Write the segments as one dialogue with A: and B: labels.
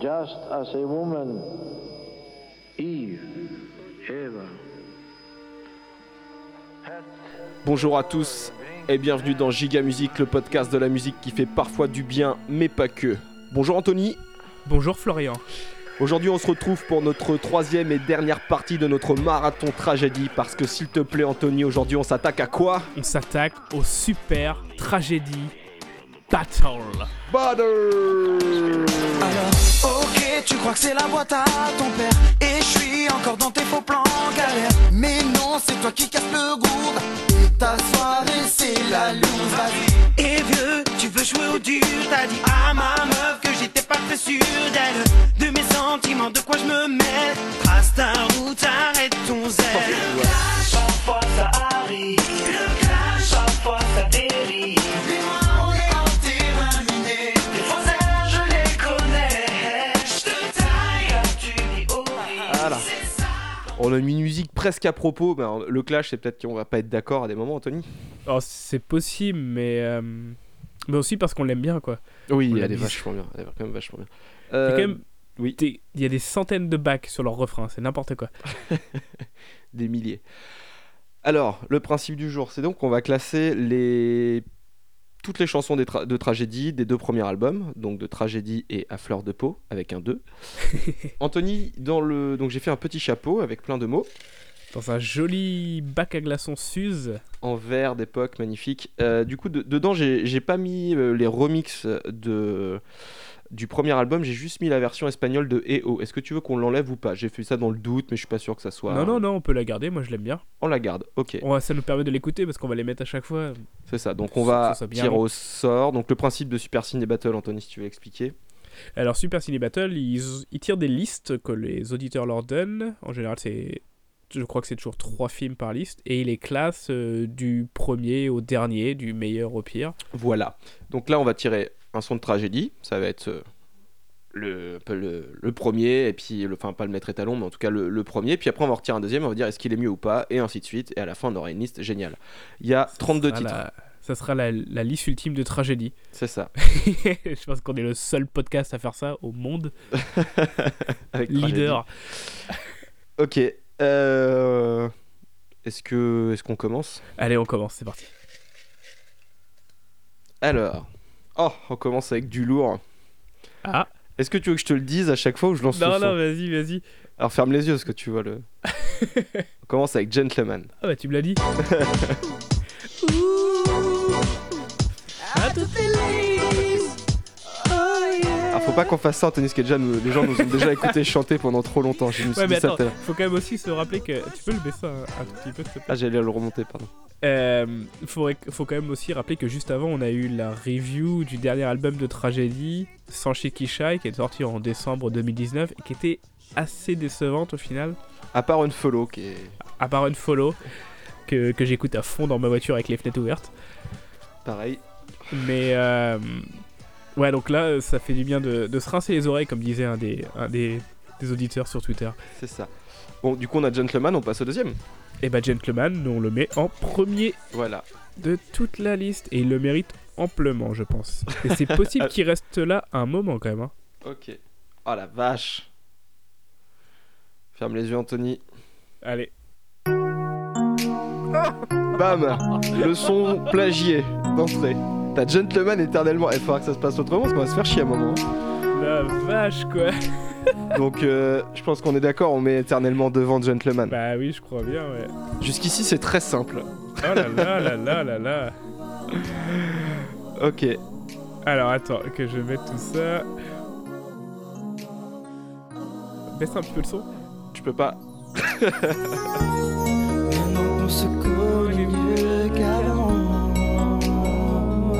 A: just as a woman, Eve, Eva,
B: Bonjour à tous et bienvenue dans Giga Musique, le podcast de la musique qui fait parfois du bien, mais pas que. Bonjour Anthony.
C: Bonjour Florian.
B: Aujourd'hui, on se retrouve pour notre troisième et dernière partie de notre marathon tragédie. Parce que s'il te plaît, Anthony, aujourd'hui, on s'attaque à quoi
C: On s'attaque aux super tragédies Battle.
B: Butter
D: Alors, ok, tu crois que c'est la boîte à ton père Et je suis encore dans tes faux plans galère Mais non, c'est toi qui casse le gourde Ta soirée, c'est la loose, vas-y Et vieux, tu veux jouer au dur T'as dit à ma meuf que j'étais pas très sûr d'elle De mes sentiments, de quoi je me mêle Trace ta route, arrête ton zèle Le clash, parfois ça arrive Le clash, parfois ça dérive on est en terrain miné Les faussaires, je les connais Je te taille, tu dis oh. horrible
B: Voilà. On a mis une musique presque à propos. Ben, le clash, c'est peut-être qu'on va pas être d'accord à des moments, Anthony.
C: Alors Oh, c'est possible, mais euh, mais aussi parce qu'on l'aime bien quoi.
B: Oui,
C: On l'a
B: elle est
C: mis.
B: vachement bien. Elle est quand même vachement bien.
C: C'est
B: Euh,
C: quand même-
B: oui.
C: t'es- Il y a des centaines de bacs sur leur refrain, c'est n'importe quoi.
B: des milliers. Alors, le principe du jour, c'est donc qu'on va classer les... toutes les chansons des tra- de tragédie des deux premiers albums, donc de tragédie et à fleur de peau, avec un 2. Anthony, dans le... donc j'ai fait un petit chapeau avec plein de mots,
C: Dans un joli bac à glaçons Suze.
B: en verre d'époque, magnifique. Euh, du coup, de- dedans, j'ai j'ai pas mis euh, les remixes de... du premier album, j'ai juste mis la version espagnole de EO. Est-ce que tu veux qu'on l'enlève ou pas J'ai fait ça dans le doute, mais je suis pas sûr que ça soit...
C: Non non non, on peut la garder, moi je l'aime bien.
B: On la garde, ok.
C: On va- ça nous permet de l'écouter parce qu'on va les mettre à chaque fois.
B: C'est ça, donc on
C: Ça-
B: va
C: ça, ça, bien
B: tirer
C: long.
B: au sort. Donc le principe de Super Ciné Battle, Anthony, si tu veux expliquer.
C: Alors Super Ciné Battle, ils, ils tirent des listes que les auditeurs leur donnent. En général, c'est je crois que c'est toujours trois films par liste et ils les classent euh, du premier au dernier, du meilleur au pire.
B: Voilà. Donc là, on va tirer un son de tragédie. Ça va être euh, le, un peu le, le premier, et puis, le, enfin, pas le maître étalon, mais en tout cas le, le premier. Puis après, on va retirer un deuxième, on va dire est-ce qu'il est mieux ou pas, et ainsi de suite. Et à la fin, on aura une liste géniale. Il y a 32
C: Ça sera
B: titres.
C: la- ça sera la, la liste ultime de tragédie.
B: C'est ça.
C: je pense qu'on est le seul podcast à faire ça au monde.
B: Avec tragédie.
C: Leader.
B: Ok. euh, Est-ce que est-ce qu'on commence
C: Allez, on commence, c'est parti.
B: Alors. Oh, on commence avec du lourd.
C: Ah.
B: Est-ce que tu veux que je te le dise à chaque fois ou je lance le
C: Non,
B: son
C: non, vas-y, vas-y.
B: Alors ferme les yeux parce que tu vois le. On commence avec Gentleman.
C: Ah bah tu me l'as dit.
B: Alors faut pas qu'on fasse ça, Anthony, parce que déjà, nous- les gens nous ont déjà écouté chanter pendant trop longtemps. Je me suis
C: Ouais,
B: dit
C: mais
B: ça
C: attends,
B: tout à l'heure.
C: faut quand même aussi se rappeler que. Tu peux le baisser un, un tout petit peu, s'il te plaît
B: Ah, j'allais le remonter, pardon.
C: Euh, faudrait- faut quand même aussi rappeler que juste avant, on a eu la review du dernier album de Tragédie, Sanchi Kishai, qui est sorti en décembre 2019 et qui était assez décevante au final.
B: À part Unfollow qui est.
C: à part Unfollow que, que j'écoute à fond dans ma voiture avec les fenêtres ouvertes.
B: Pareil.
C: Mais euh, ouais, donc là, euh, ça fait du bien de, de se rincer les oreilles, comme disait un des, un des, des auditeurs sur Twitter.
B: C'est ça. Bon, du coup, on a Gentleman, on passe au deuxième.
C: Et bah, Gentleman, nous, on le met en premier
B: Voilà.
C: de toute la liste et il le mérite amplement, je pense. Et c'est possible qu'il reste là un moment quand même. hein.
B: Ok. Oh la vache. Ferme les yeux, Anthony.
C: Allez,
B: Bam Le son plagié d'entrée. T'as Gentleman éternellement. Il faudra que ça se passe autrement parce qu'on va se faire chier à un moment.
C: la vache quoi!
B: Donc, euh, je pense qu'on est d'accord, on met éternellement devant Gentleman.
C: Bah oui, je crois bien, ouais.
B: Jusqu'ici, c'est très simple.
C: Oh là là là là là là!
B: Ok.
C: Alors attends, que je mette tout ça. Baisse un petit peu le son.
B: Tu peux pas.
D: Maintenant qu'on se connaît mieux qu'avant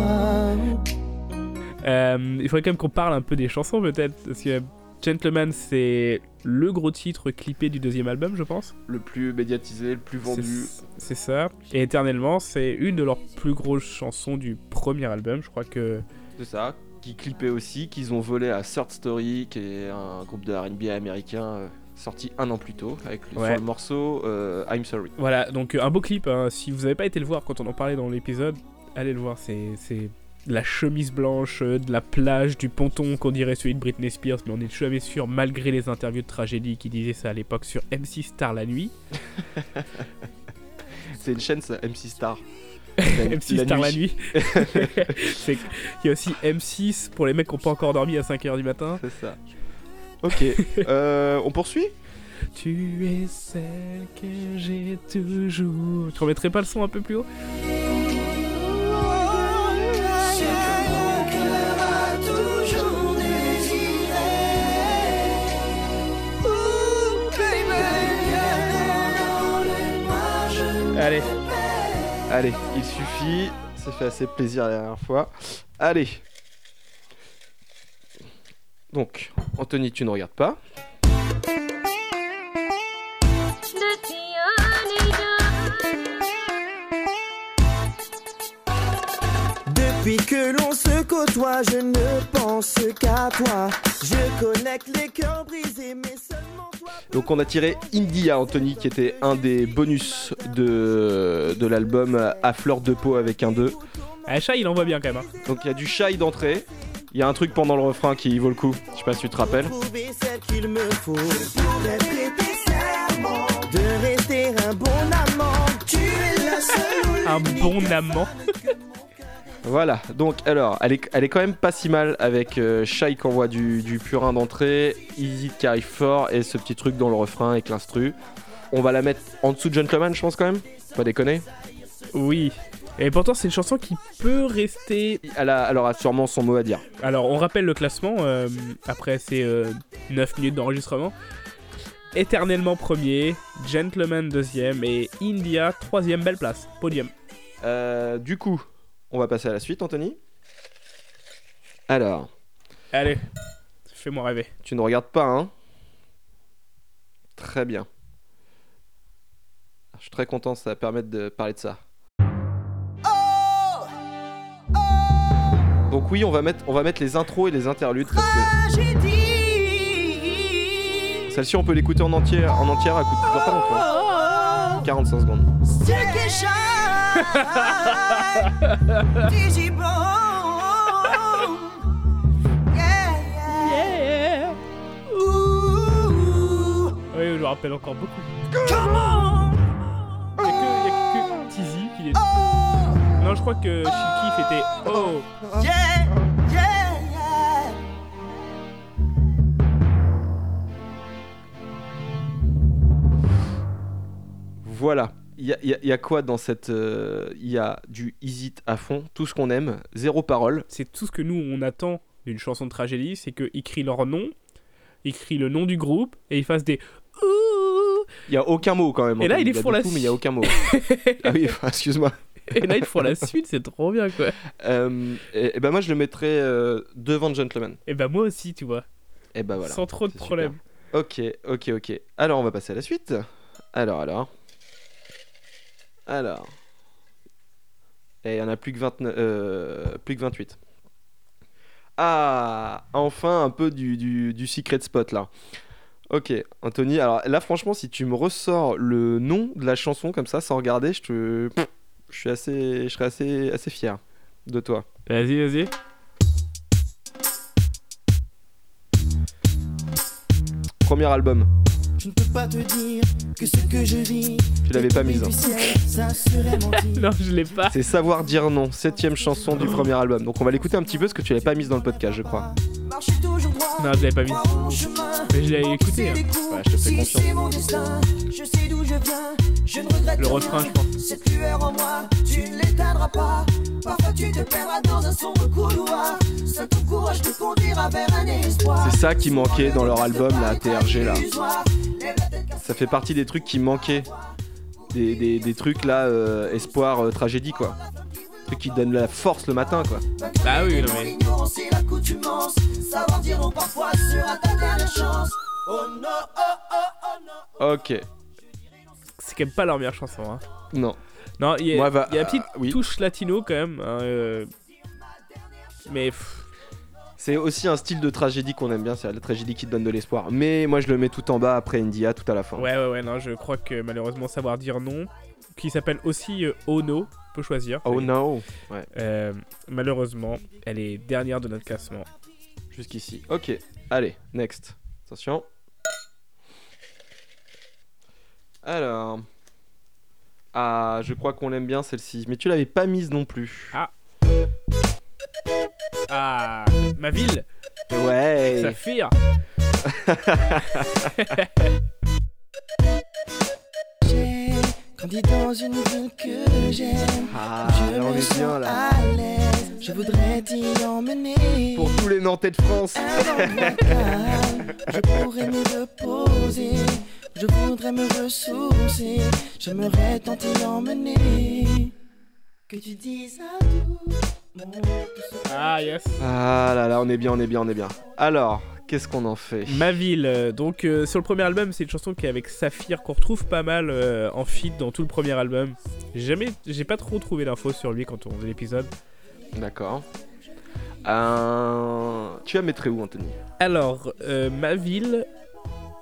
C: Euh, il faudrait quand même qu'on parle un peu des chansons peut-être, parce que Gentleman c'est le gros titre clippé du deuxième album, je pense.
B: le plus médiatisé, le plus vendu.
C: C'est- C'est ça. Et éternellement, c'est une de leurs plus grosses chansons du premier album. Je crois que
B: C'est ça. Qui clippaient aussi, qu'ils ont volé à Third Story, qui est un groupe de RB américain euh, sorti un an plus tôt, avec le,
C: Ouais.
B: sur le morceau euh, I'm Sorry.
C: voilà. Donc euh, un beau clip. hein. Si vous n'avez pas été le voir quand on en parlait dans l'épisode, allez le voir. C'est c'est de la chemise blanche, euh, de la plage, du ponton qu'on dirait celui de Britney Spears, mais on n'est jamais sûr, malgré les interviews de tragédie qui disaient ça à l'époque sur MC Star la nuit.
B: C'est une chaîne, ça, MC Star.
C: M6 tard la nuit. C'est- Il y a aussi M6 pour les mecs qui n'ont pas encore dormi à 5h du matin.
B: C'est ça. Ok, euh, on poursuit
C: Tu es celle que j'ai toujours. Tu remettrais pas le son un peu plus haut Allez.
B: Allez, il suffit. Ça fait assez plaisir la dernière fois. Allez. Donc, Anthony, tu ne regardes pas.
E: Depuis que l'on se côtoie, je ne pense qu'à toi. Je connecte les cœurs brisés, mais seulement toi.
B: Donc, on a tiré India, Anthony, qui était un des bonus de, de l'album À fleur de peau avec un 2.
C: Acha, Eh, il envoie bien quand même. hein.
B: Donc, il y a du shy d'entrée. Il y a un truc pendant le refrain qui vaut le coup. Je sais pas si tu te rappelles.
E: Trouver celle qu'il me faut. Je pourrais prêter serment de rester un bon amant. Tu es la seule.
C: Un bon amant.
B: Voilà, donc alors, elle est, elle est quand même pas si mal avec euh, Shai qui envoie du, du purin d'entrée, Easy qui arrive fort et ce petit truc dans le refrain avec l'instru. On va la mettre en dessous de Gentleman, je pense quand même. Pas déconner.
C: Oui. Et pourtant, c'est une chanson qui peut rester.
B: Elle a, elle aura sûrement son mot à dire.
C: Alors, on rappelle le classement euh, après ces euh, 9 minutes d'enregistrement. Éternellement premier, Gentleman deuxième et India troisième belle place, podium.
B: Euh, du coup, on va passer à la suite, Anthony. Alors,
C: Allez, fais-moi rêver.
B: tu ne regardes pas, hein Très bien. Je suis très content, ça va permettre de parler de ça. Donc oui, on va mettre, on va mettre les intros et les interludes parce que
F: Tragédie.
B: celle-ci on peut l'écouter en entière, en entière à coup de genre, pas longtemps, 45 secondes.
F: Ce que j'aime, Digibon. Yeah, yeah. Ouh,
C: Oui, je le rappelle encore beaucoup.
F: come on.
C: Il y a que, il y a que Tizi qui est.
F: Oh.
C: Non, je crois que Shiki c'était. Oh
F: Yeah, yeah, yeah.
B: Voilà. Il y a, il y a- il y a quoi dans cette... euh, Il y a du hésite à fond, tout ce qu'on aime, zéro parole.
C: C'est tout ce que nous on attend d'une chanson de tragédie, c'est qu'ils crient leur nom, ils crient le nom du groupe et ils fassent des. Ouh
B: Il y a aucun mot quand même.
C: Et là,
B: Anthony.
C: il est
B: y a du
C: fourlassi.
B: tout, mais il y a aucun mot. ah oui, excuse-moi.
C: Et là ils font la suite, c'est trop bien quoi.
B: Euh, et, et ben moi je le mettrais euh, devant Gentleman.
C: Et bah moi aussi, tu vois,
B: Et ben voilà.
C: sans trop de
B: c'est
C: problème.
B: Ok, ok, ok. Alors on va passer à la suite. Alors, alors. Alors. Et il y en a plus que, 29, euh, plus que 28. Ah Enfin un peu du, du, du secret spot là. Ok, Anthony. Alors là franchement si tu me ressors le nom de la chanson comme ça sans regarder, je te... Je suis assez... Je serais assez, assez fier de toi.
C: Vas-y, vas-y.
B: Premier album.
E: Je ne peux pas te dire que ce que je vis.
B: Tu l'avais pas mise. hein.
E: Ça serait mentir.
C: Non, je l'ai pas.
B: C'est Savoir dire non, septième chanson du premier album. Donc on va l'écouter un petit peu parce que tu l'as pas mise dans le podcast, je crois.
F: Marche toujours droit.
C: Non, je l'avais pas mis.
F: Crois mon chemin.
C: Mais je l'ai écouté. hein.
B: Ouais, je te fais
F: Si
B: confiance.
F: c'est mon destin, je sais d'où je viens, je ne regrette
C: Le refrain,
F: rien.
C: je pense.
F: Cette lueur en moi, tu ne l'éteindras pas. Parfois tu te perdras dans un sombre couloir. Seul ton courage te conduira vers un espoir.
B: C'est ça qui manquait dans leur album, là, TRG, là.
F: Lève la tête, car
B: Ça fait partie des trucs qui manquaient. Des, des- des trucs là, euh, espoir, euh, tragédie quoi. Trucs qui donnent la force le matin quoi.
C: Bah oui, non mais.
F: L'ignorance et l'accoutumance, savoir dire non parfois sera ta dernière chance. Oh non, oh, oh, oh non.
B: Ok,
C: C'est quand même pas leur meilleure chanson. Hein.
B: non.
C: Non, il y a,
B: Moi, va-
C: il y a une petite
B: euh, oui.
C: touche latino quand même. hein, euh, Mais pff,
B: C'est aussi un style de tragédie qu'on aime bien, c'est la tragédie qui te donne de l'espoir. Mais moi je le mets tout en bas après India, tout à la fin.
C: ouais, ouais, ouais, non, je crois que malheureusement savoir dire non. qui s'appelle aussi euh, Ono, on peut choisir.
B: Oh no
C: Euh, malheureusement, elle est dernière de notre classement.
B: Jusqu'ici. Ok, allez, next. Attention. Alors. Ah, je crois qu'on l'aime bien celle-ci. Mais tu l'avais pas mise non plus.
C: Ah, ma ville,
B: Ouais
C: Saphir.
F: J'ai grandi dans une ville que j'aime.
B: Ah,
F: Je
B: là, on
F: me
B: est bien
F: sens
B: là.
F: à l'aise. Je voudrais t'y emmener.
B: Pour tous les Nantais de France.
F: Avant mon calme, je pourrais me reposer. Je voudrais me ressourcer. J'aimerais tant t'y emmener. Que tu dises à tout le monde que ce
C: Ah, yes.
B: Ah là là, on est bien, on est bien, on est bien. Alors, qu'est-ce qu'on en fait
C: Ma ville, euh, donc euh, sur le premier album, c'est une chanson qui est avec Saphir qu'on retrouve pas mal euh, en feat dans tout le premier album. J'ai Jamais, j'ai pas trop trouvé d'infos sur lui quand on faisait l'épisode.
B: D'accord. Euh, Tu la mettrais où, Anthony
C: Alors, euh, ma ville,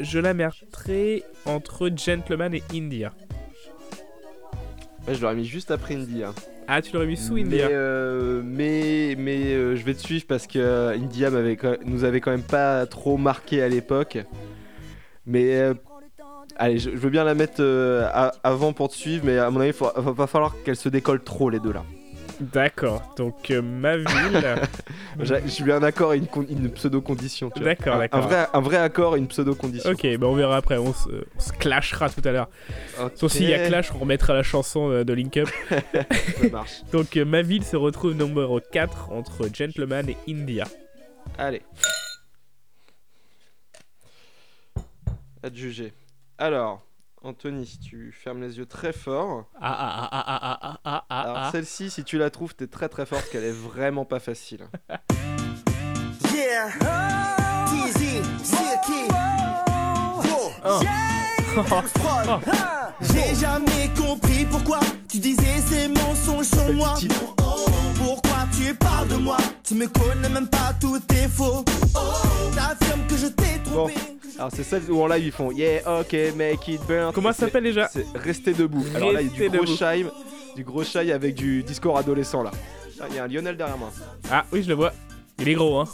C: je la mettrais entre Gentleman et India.
B: Ouais, Bah, Je l'aurais mis juste après India.
C: Ah, tu l'aurais mis sous
B: Mais,
C: India.
B: euh, mais, mais euh, je vais te suivre parce que euh, India m'avait quand- nous avait quand même pas trop marqué à l'époque. Mais euh, allez, je, je veux bien la mettre euh, à- avant pour te suivre, mais à mon avis, il va pas falloir qu'elle se décolle trop les deux là.
C: D'accord, donc euh, ma ville.
B: J'ai j'ai eu un accord et une, con- une pseudo-condition. tu vois.
C: D'accord,
B: Un-
C: d'accord.
B: Un vrai, un vrai accord et une pseudo-condition.
C: ok, bah on verra après, on se, on se clashera tout à l'heure.
B: Ok,
C: Sauf s'il y a clash, on remettra la chanson euh, de Link Up.
B: Ça marche.
C: Donc euh, ma ville se retrouve numéro 4 entre Gentleman et India.
B: Allez. À te juger. Alors, Anthony, si tu fermes les yeux très fort.
C: Ah ah ah ah ah ah ah
B: Alors, celle-ci, si tu la trouves, t'es très très fort parce qu'elle est vraiment pas facile.
F: Yeah, Teasy, Silky, Flo, Prod. J'ai jamais compris pourquoi tu disais ces mensonges sur
B: du
F: moi.
B: titre.
F: Pourquoi tu parles de moi Tu me connais même pas, tout est faux. T'affirmes que je t'ai
B: Bon.
F: trompé. que je
B: Alors, c'est celle où en live ils font Yeah, ok, make it burn.
C: Comment ça
B: C'est-
C: s'appelle déjà
B: C'est Rester debout. Alors là, il y a du
C: Restez
B: gros
C: debout.
B: chime, du gros chime avec du discours adolescent là. Ah, Il y a un Lionel derrière moi.
C: Ah oui, je le vois. Il est gros, hein.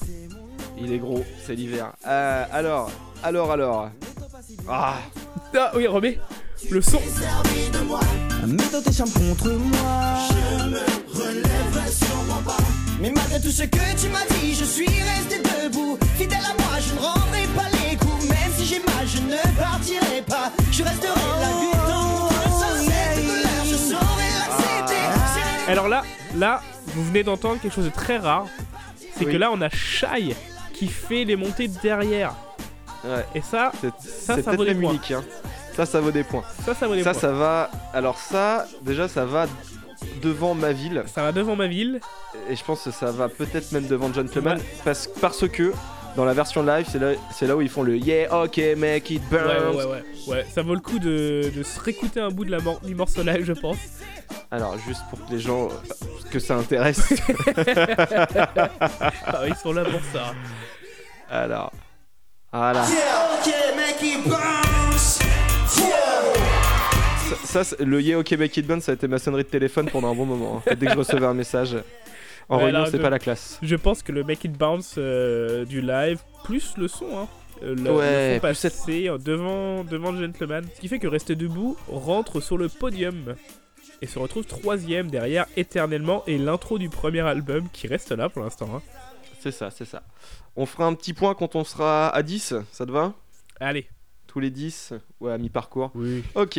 B: Il est gros, c'est l'hiver. Euh, alors, alors, alors. Ah,
C: Ah oui, remets le son.
F: Maintenant tes charmes contre moi Je me relèverai sûrement pas Mais malgré tout ce que tu m'as dit Je suis resté debout Fidèle à moi je ne rendrai pas les coups Même si j'ai mal je ne partirai pas Je resterai la lutte entre sans cette douleur Je saurai l'accepter
C: Alors là, là, vous venez d'entendre quelque chose de très rare. C'est
B: Oui.
C: que là, on a Shai qui fait les montées derrière.
B: ouais.
C: Et ça,
B: C'est
C: Ça,
B: c'est
C: ça
B: peut-être
C: vaut des
B: même
C: points.
B: unique. hein. Ça, ça vaut des points.
C: ça, ça vaut les
B: ça,
C: points.
B: ça va. Alors, ça, déjà, ça va devant ma ville.
C: Ça va devant ma ville.
B: Et je pense que ça va peut-être même devant Gentleman. Parce, parce que dans la version live, c'est là, c'est là où ils font le Yeah, ok, make it
C: Ouais,
B: burn.
C: ouais, ouais, ouais. Ouais, ça vaut le coup de, de se réécouter un bout de la mor- du morceau live, je pense.
B: Alors, juste pour que les gens. euh, que ça intéresse.
C: Ah, ils sont là pour ça.
B: Alors. Voilà. Ça- Ça, c'est- le Yeah OK Make It Burn, ça a été ma sonnerie de téléphone pendant un bon moment. hein. Dès que je recevais un message, en
C: Ouais,
B: réunion,
C: là,
B: c'est
C: je-
B: pas la classe.
C: Je pense que le Make It Bounce euh, du live, plus le son, hein. euh,
B: Ouais,
C: Le, le son
B: plus cette-
C: passé euh, devant, devant Gentleman. Ce qui fait que Rester Debout rentre sur le podium et se retrouve troisième derrière éternellement et l'intro du premier album qui reste là pour l'instant. hein.
B: C'est ça, c'est ça. On fera un petit point quand on sera à 10, ça te va
C: Allez.
B: Tous les 10 Ouais, à mi-parcours.
C: Oui.
B: Ok.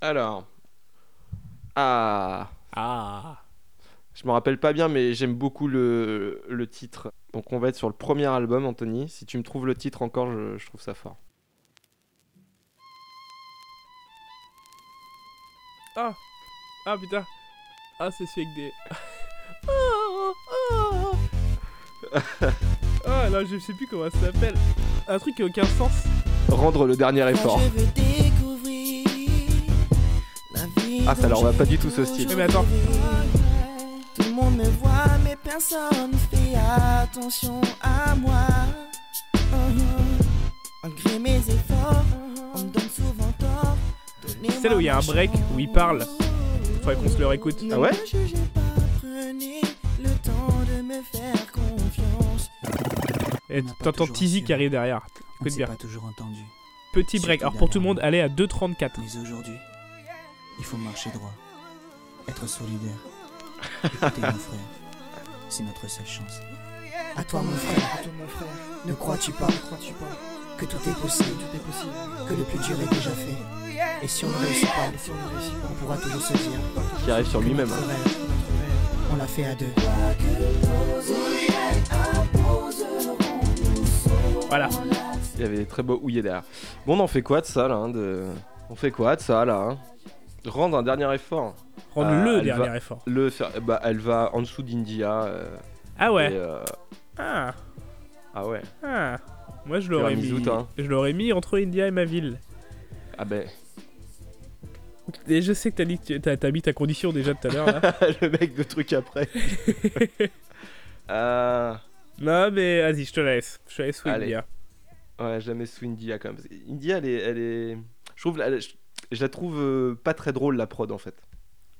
B: Alors. Ah.
C: Ah.
B: Je me rappelle pas bien, mais j'aime beaucoup le, le titre. Donc on va être sur le premier album, Anthony. Si tu me trouves le titre encore, je, je trouve ça fort.
C: Ah putain. Ah, c'est celui avec des. Ah, là, je sais plus comment ça s'appelle. Un truc qui a aucun sens.
B: Rendre le dernier effort.
F: Je veux découvrir la vie
B: Ah, ça
F: dont
B: leur va
F: je
B: pas
F: veux
B: du tout, ce style.
F: toujours
C: Mais attends.
F: rêver. Tout le monde me voit, mais personne ne fait attention à moi. Uh-huh. Malgré mes efforts, on me donne souvent
C: Celle où il y a un break où il parle. Faudrait qu'on se le réécoute.
B: Ah ouais
C: Et t'entends Tizi qui arrive derrière. Écoute bien.
G: toujours entendu,
C: Petit break. Alors pour tout le monde, allez à 2.34.
G: mais aujourd'hui, il faut marcher droit, être solidaire, écouter mon frère, c'est notre seule chance.
E: À toi mon frère, ne crois-tu pas, que tout est possible, que le plus dur est déjà fait. Et si on ne réussit pas, on pourra toujours se dire,
B: Qui arrive sur lui-même. hein.
E: notre rêve, on l'a fait à deux.
C: Voilà.
B: Il y avait des très beaux houillés derrière. Bon, on en fait quoi de ça là hein, de... On fait quoi de ça là hein Rendre un dernier effort.
C: Rendre
B: Ah,
C: le
B: elle
C: dernier
B: va-
C: effort.
B: Le faire- bah, elle va en dessous d'India. euh,
C: Ah
B: et,
C: ouais.
B: euh,
C: Ah,
B: Ah ouais.
C: ah. Moi je l'aurais mis.
B: Tiramisu, toi. hein.
C: Je l'aurais mis entre India et ma ville.
B: Ah ben.
C: Et je sais que t'as dit que tu- t'as t'as mis ta condition déjà tout à l'heure là.
B: le mec de truc après. Euh,
C: non mais vas-y, je te laisse. Je te laisse oui,
B: Allez.
C: India.
B: Ouais, jamais sous India quand même. Parce que India, elle est. Elle est... Je, trouve, la- je, je la trouve euh, pas très drôle la prod en fait.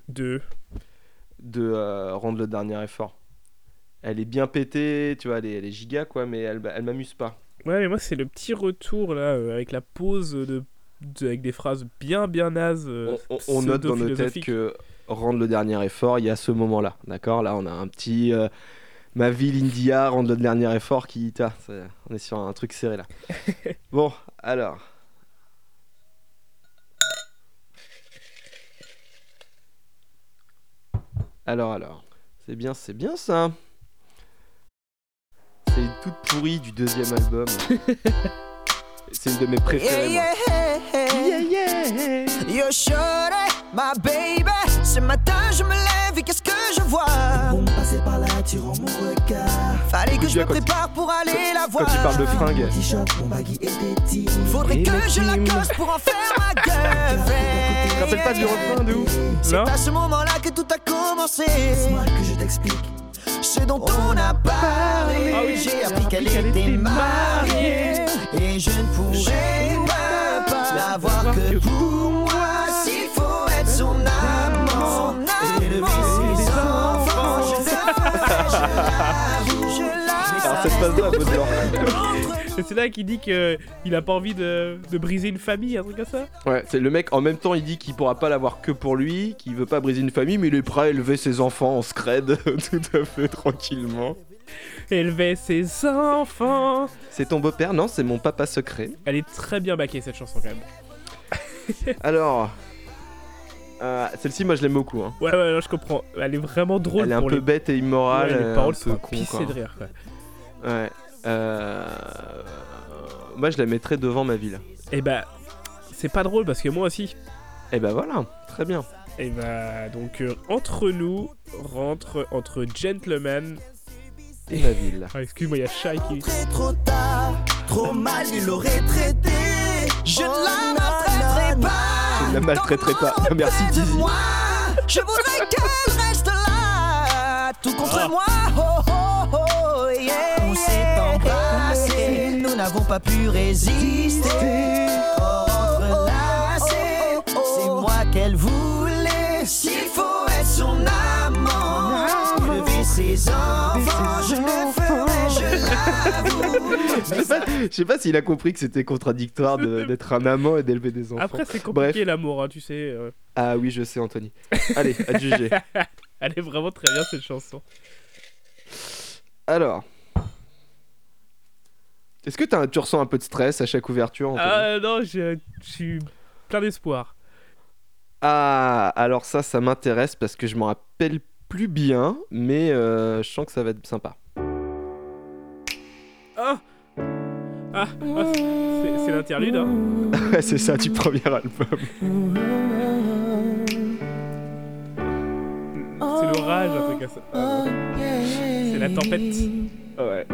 C: Deux.
B: de euh, rendre le dernier effort. Elle est bien pétée, tu vois, elle est, elle est giga, quoi, mais elle, bah, elle m'amuse pas.
C: Ouais, mais moi, c'est le petit retour, là, euh, avec la pause de, de- avec des phrases bien, bien nazes. euh,
B: On, on- on note dans nos têtes
C: pseudo-philosophiques.
B: que rendre le dernier effort, il y a ce moment-là, d'accord Là, on a un petit... euh, ma ville, India, rendre le dernier effort, qui... t'as, c'est- on est sur un truc serré, là. bon, alors... Alors, alors... C'est bien, c'est bien, ça C'est une toute pourrie du deuxième album. c'est une de mes préférées, moi.
F: yeah, Yo, shorty, ma baby. Ce matin, je me lève et qu'est-ce que je vois?
G: Pour me passer par là, attirant mon regard,
F: Fallait que je me
B: Quand il-
F: prépare pour aller la
B: Quand
F: voir.
B: il parle de fringues...
G: t-shirt, mon baggy et des teams.
F: Faudrait
B: Et
F: que
B: le
F: je la
B: team.
F: coche pour en faire ma girlfriend.
C: Ah,
B: Quand elle passe du refrain de ouf.
F: C'est
C: Non
F: à ce moment-là que tout a commencé.
G: Laisse-moi que je t'explique.
F: Ce dont on a parlé,
C: Ah oui,
F: j'ai
C: j'ai
F: appris qu'elle
C: appris qu'elle
F: était
C: était
F: mariée. Et je ne pourrais pas la voir que pour moi. S'il faut être son amant, élever ses enfants, je l'avoue, je
B: Alors ça se passe dans la Côte d'Or.
C: Et C'est là qu'il dit que il a pas envie de, de briser une famille, un truc comme ça.
B: Ouais, c'est le mec en même temps il dit qu'il pourra pas l'avoir que pour lui, qu'il veut pas briser une famille, mais il est prêt à élever ses enfants en scred tout à fait tranquillement.
C: Élever ses enfants.
B: C'est ton beau-père Non, c'est mon papa secret.
C: Elle est très bien baquée, cette chanson, quand même.
B: Alors, euh, celle-ci moi je l'aime beaucoup. hein.
C: Ouais, ouais, non, je comprends. Elle est vraiment drôle
B: Elle est un
C: pour
B: peu
C: les...
B: bête et immorale,
C: ouais,
B: euh,
C: les
B: un
C: paroles
B: peu
C: sont à
B: con,
C: pisser
B: quoi.
C: de rire, quoi.
B: Ouais. Euh, Moi je la mettrais devant ma ville.
C: Et bah, c'est pas drôle, parce que moi aussi.
B: Et ben voilà, très bien.
C: Et bah, donc, euh, entre nous, rentre entre gentlemen...
B: Et ma ville.
C: Ah, excuse-moi, il y a Shai qui...
F: Très trop tard, trop mal il l'aurait traité. Je ne la maltraiterai pas.
B: Je ne la maltraiterai pas.
F: Tant qu'on aurait
B: Merci,
F: près de
B: Dizzy.
F: moi, Je voudrais qu'elle reste là, tout contre
C: Ah.
F: moi. Oh, oh, oh, yeah,
E: Ah, On s'est
F: yeah.
E: embrassé, nous n'avons pas pu résister. Oh,
F: Entrelacés,
E: oh, oh, oh. C'est moi qu'elle voulait.
F: S'il faut être son amant, lever ses enfants, je le ferai, je l'avoue.
B: Je sais pas- je sais pas s'il a compris que c'était contradictoire de- d'être un amant et d'élever des enfants.
C: Après,
B: Bref.
C: c'est compliqué, l'amour, hein, tu sais... euh,
B: Ah oui, je sais, Anthony. Allez, à te juger.
C: Elle est vraiment très bien cette chanson.
B: Alors. Est-ce que t'as un- tu ressens un peu de stress à chaque ouverture Anthony
C: Ah non, je je suis plein d'espoir.
B: Ah, alors ça, ça m'intéresse parce que je m'en rappelle plus bien, mais euh, je sens que ça va être sympa.
C: Ah Ah, ah, c'est c'est l'interlude, hein
B: Ouais, c'est ça du premier album.
C: C'est l'orage, un truc comme ça. Ah, non. C'est la tempête.
B: Ouais.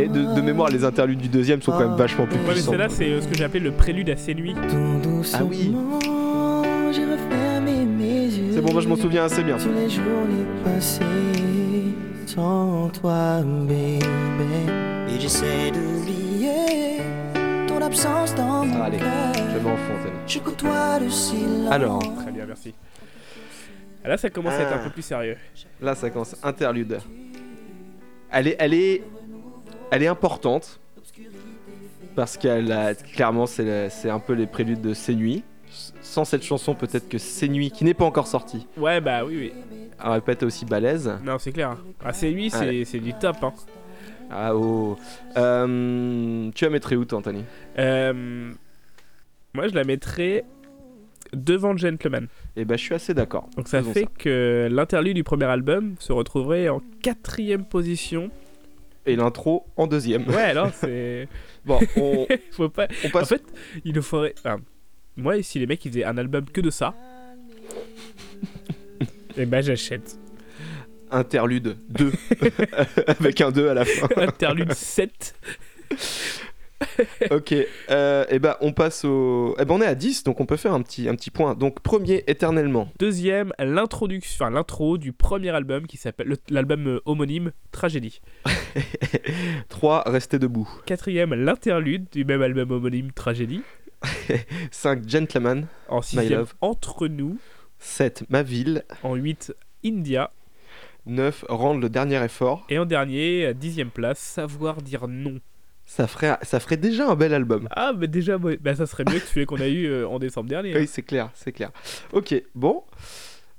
B: Et de, de mémoire, les interludes du deuxième sont quand même vachement plus
C: Ah. Ouais, mais
B: puissants.
C: celle-là, c'est euh, ce que j'appelais le prélude à ces nuits.
B: Ah oui. C'est bon, moi je m'en souviens assez bien.
G: Sur les journées passées sans toi, bébé.
E: Et j'essaie d'oublier
G: Ton
F: absence dans mon
B: Ah, Allez. Je
F: cœur.
B: mets en fond, celle-là.
F: Je côtoie le silence.
B: Alors,
C: Très bien, merci. Ah, Là, ça commence à être un peu plus sérieux.
B: là, ça commence. Interlude. Elle est, elle est, elle est importante. Parce qu'elle a- clairement, c'est la- c'est un peu les préludes de Ces Nuits. S- Sans cette chanson, peut-être que Ces Nuits, qui n'est pas encore sortie,
C: Ouais, bah oui, oui.
B: aurait pas été aussi balèze.
C: Non, c'est clair. Ah, c'est lui, c'est
B: Allez.
C: c'est du top. Hein.
B: Ah oh. Euh, tu as mettré où, toi, Anthony
C: Euh, moi, je la mettrais devant Gentleman.
B: Eh ben, je suis assez d'accord.
C: Donc ça
B: Faisons
C: fait que l'interlude du premier album se retrouverait en quatrième position.
B: Et l'intro en deuxième.
C: Ouais, alors c'est.
B: Bon, on,
C: Faut pas.
B: on
C: En
B: passe.
C: fait, il nous faudrait. enfin, moi, si les mecs ils faisaient un album que de ça. Et ben j'achète.
B: Interlude 2. Avec un 2 à la fin.
C: Interlude 7.
B: Ok, euh, et ben on passe au. Eh ben on est à 10, donc on peut faire un petit, un petit point. Donc premier, éternellement.
C: Deuxième, l'introduction, enfin l'intro du premier album qui s'appelle le- l'album euh, homonyme Tragédie.
B: 3, rester debout.
C: Quatrième, l'interlude du même album homonyme Tragédie.
B: 5, gentleman.
C: En sixième,
B: Love.
C: Entre nous.
B: 7, ma ville.
C: En 8, India.
B: 9, rendre le dernier effort.
C: Et en dernier, à dixième place, Savoir dire non.
B: Ça ferait, ça ferait déjà un bel album.
C: Ah, mais déjà, moi- bah, ça serait mieux que celui qu'on a eu euh, en décembre dernier.
B: Oui, c'est clair, c'est clair. Ok, bon.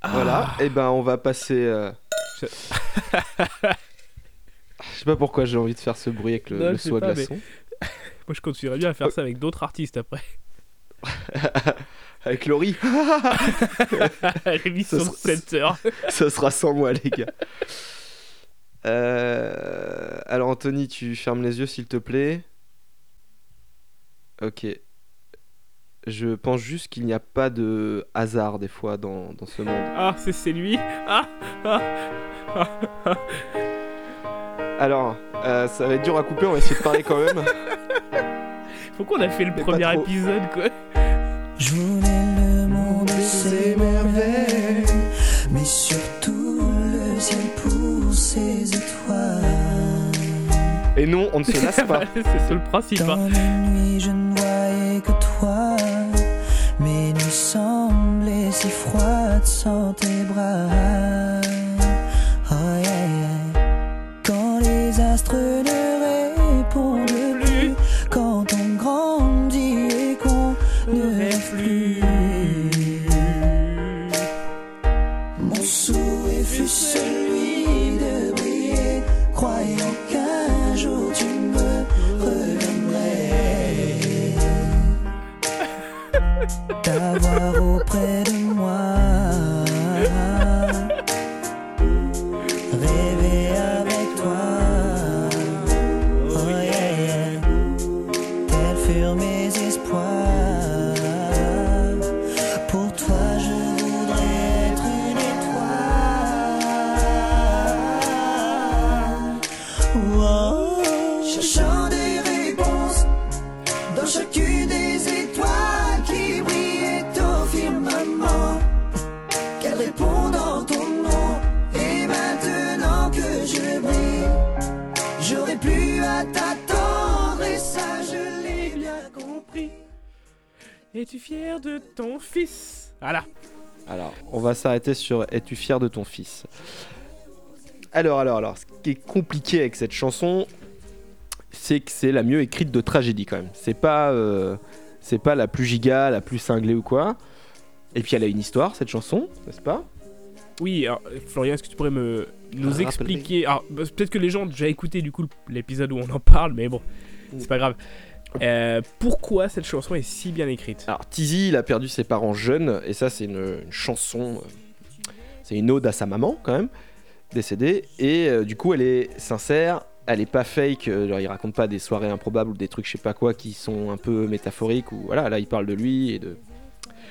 B: Voilà,
C: Ah.
B: et ben on va passer. euh, Je... je sais pas pourquoi j'ai envie de faire ce bruit avec le,
C: Non,
B: le
C: je sais
B: soie
C: pas, mais-
B: glaçon.
C: Moi, je continuerais bien à faire ça avec d'autres artistes après.
B: Avec Laurie,
C: L'émission de
B: Ce sera-
C: 7 heures.
B: ça sera sans moi, les gars. Euh, Alors, Anthony, tu fermes les yeux, s'il te plaît. Ok. Je pense juste qu'il n'y a pas de hasard, des fois, dans, dans ce monde.
C: Ah, c'est c'est lui. Ah,
B: Alors, euh, ça va être dur à couper, on va essayer de parler quand même.
C: pourquoi on a fait le
B: Mais pas
C: premier
B: trop.
C: épisode, quoi
F: Je voulais le monde et ses merveilles, mais surtout le ciel pour ses étoiles.
B: Et non, on ne se lasse pas.
C: Bah, C'est ça le principe. hein.
F: Dans les nuits, je ne voyais que toi, mes nuits semblaient si froides sans tes bras. Oh yeah, yeah. Quand les astres ne répondent plus, quand on grandit et qu'on ne rêve plus. Mon souhait fut celui de briller, croyant qu'un jour tu me reviendrais. T'avoir auprès de moi, rêver avec toi. Oh yeah, yeah. Tels furent mes espoirs. Pour toi, je voudrais être une étoile. Wow. Cherchant des réponses dans chacune des étoiles qui brillaient au firmament. Qu'elle répond dans ton nom. Et maintenant que je brille, j'aurai plus à t'attendre. Et ça, je l'ai bien compris.
C: Es-tu fier de ton fils Voilà.
B: Alors, on va s'arrêter sur Es-tu fier de ton fils Alors, alors, alors, ce qui est compliqué avec cette chanson, c'est que c'est la mieux écrite de tragédie quand même. C'est pas, euh, c'est pas la plus giga, la plus cinglée ou quoi. Et puis elle a une histoire cette chanson, n'est-ce pas
C: Oui, alors, euh, Florian, est-ce que tu pourrais me nous
B: Rappeler.
C: expliquer alors, bah, Peut-être que les gens ont déjà écouté du coup l'épisode où on en parle, mais bon,
B: Mm.
C: c'est pas grave. Euh, pourquoi cette chanson est si bien écrite
B: Alors Tizi, il a perdu ses parents jeunes, et ça c'est une, une chanson, euh, c'est une ode à sa maman quand même, décédée, et euh, du coup elle est sincère, elle est pas fake, euh, genre il raconte pas des soirées improbables ou des trucs je sais pas quoi qui sont un peu métaphoriques, ou voilà, là il parle de lui, et de...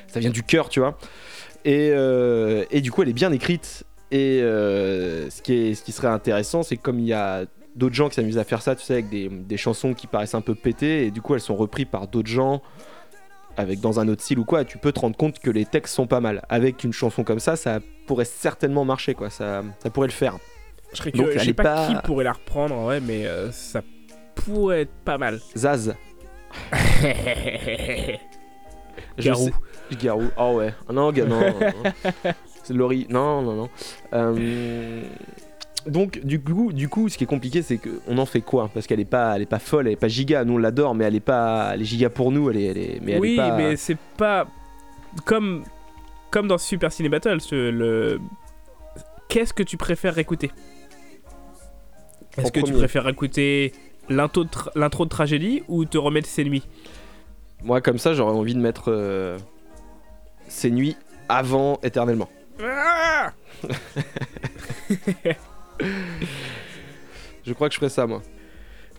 B: ça vient du cœur, tu vois. Et, euh, et du coup elle est bien écrite, et euh, ce, qui est, ce qui serait intéressant c'est que comme il y a d'autres gens qui s'amusent à faire ça, tu sais, avec des, des chansons qui paraissent un peu pétées, et du coup elles sont reprises par d'autres gens avec dans un autre style ou quoi, tu peux te rendre compte que les textes sont pas mal. Avec une chanson comme ça, ça pourrait certainement marcher, quoi. Ça, ça pourrait le faire.
C: Je serais
B: Donc,
C: curieux, je
B: elle
C: sais
B: est
C: pas,
B: pas-
C: qui pourrait la reprendre, ouais, mais euh, ça pourrait être pas mal.
B: Zaz. Je
C: Garou.
B: sais- Garou. Ah ouais. Ah Non, ga- non. non, non. C'est Laurie. Non, non, non. Euh, Donc du coup, du coup, ce qui est compliqué, c'est qu'on en fait quoi Parce qu'elle est pas, elle est pas folle, elle est pas giga. Nous on l'adore, mais elle est pas, elle est giga pour nous. Elle est, elle est- mais elle
C: oui,
B: est pas.
C: mais c'est pas comme comme dans Super Ciné Battle. ce- Le qu'est-ce que tu préfères écouter
B: En
C: Est-ce que tu
B: premier.
C: préfères écouter l'intro de, tra- l'intro de tragédie ou te remettre ses nuits
B: Moi comme ça, j'aurais envie de mettre euh, ces nuits avant éternellement.
C: Ah
B: Je crois que je ferais ça moi.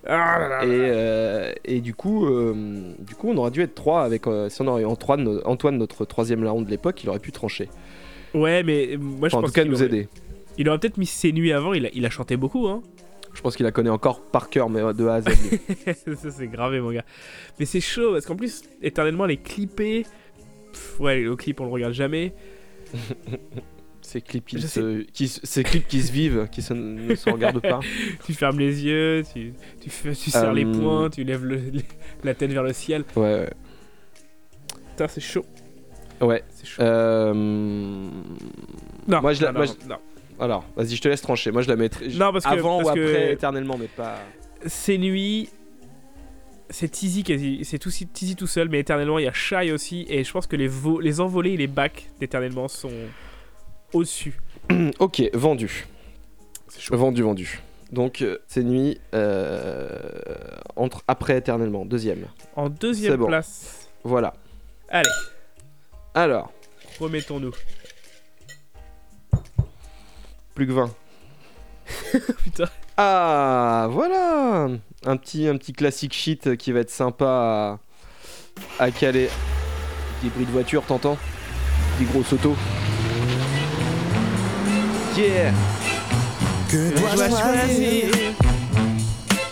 C: Ah là là.
B: Et, euh, et du coup, euh, du coup, on aurait dû être trois avec. euh, si on aurait eu Antoine, no- Antoine, notre troisième larron de l'époque, il aurait pu trancher.
C: Ouais, mais euh, moi je
B: Enfin, en
C: pense
B: tout cas,
C: qu'il
B: nous
C: aurait-
B: aider.
C: Il aurait peut-être mis ses nuits avant. Il a, il a chanté beaucoup, hein.
B: Je pense qu'il la connaît encore par cœur, mais euh, de A à Z. lui.
C: Ça c'est gravé, mon gars. Mais c'est chaud parce qu'en plus, éternellement, elle est clippée. Pff, ouais, le clip on le regarde jamais.
B: ces clips qui,
C: Je
B: se, qui se- ces clips qui se vivent, qui se- ne se regardent pas.
C: Tu fermes les yeux, tu, tu, fais- tu serres les
B: Euh,
C: poings, tu lèves le- le- la tête vers le ciel.
B: Ouais.
C: Putain, c'est chaud.
B: Ouais. ouais.
C: C'est chaud.
B: Euh,
C: non,
B: moi, je la-
C: non,
B: moi,
C: non, non.
B: Alors, vas-y, je te laisse trancher. Moi, je la mettrai. je-
C: Non, parce que-
B: avant
C: parce
B: ou
C: que-
B: après éternellement, mais pas.
C: Ces nuits, c'est Tizi quasi. C'est tout, Tizi tout seul, mais éternellement, il y a Shy aussi. Et je pense que les, vo- les envolées et les bacs d'éternellement sont au-dessus.
B: ok, vendu.
C: C'est
B: Vendu, vendu. Donc, euh, ces nuits euh, entre après éternellement, deuxième.
C: En deuxième
B: C'est bon.
C: place,
B: Voilà.
C: allez,
B: Alors,
C: remettons-nous.
B: plus que 20.
C: Putain.
B: Ah, voilà un petit, un petit classique shit qui va être sympa à, à caler. Des bruits de voiture, t'entends Des gros sautos. Yeah
F: Que dois-je choisir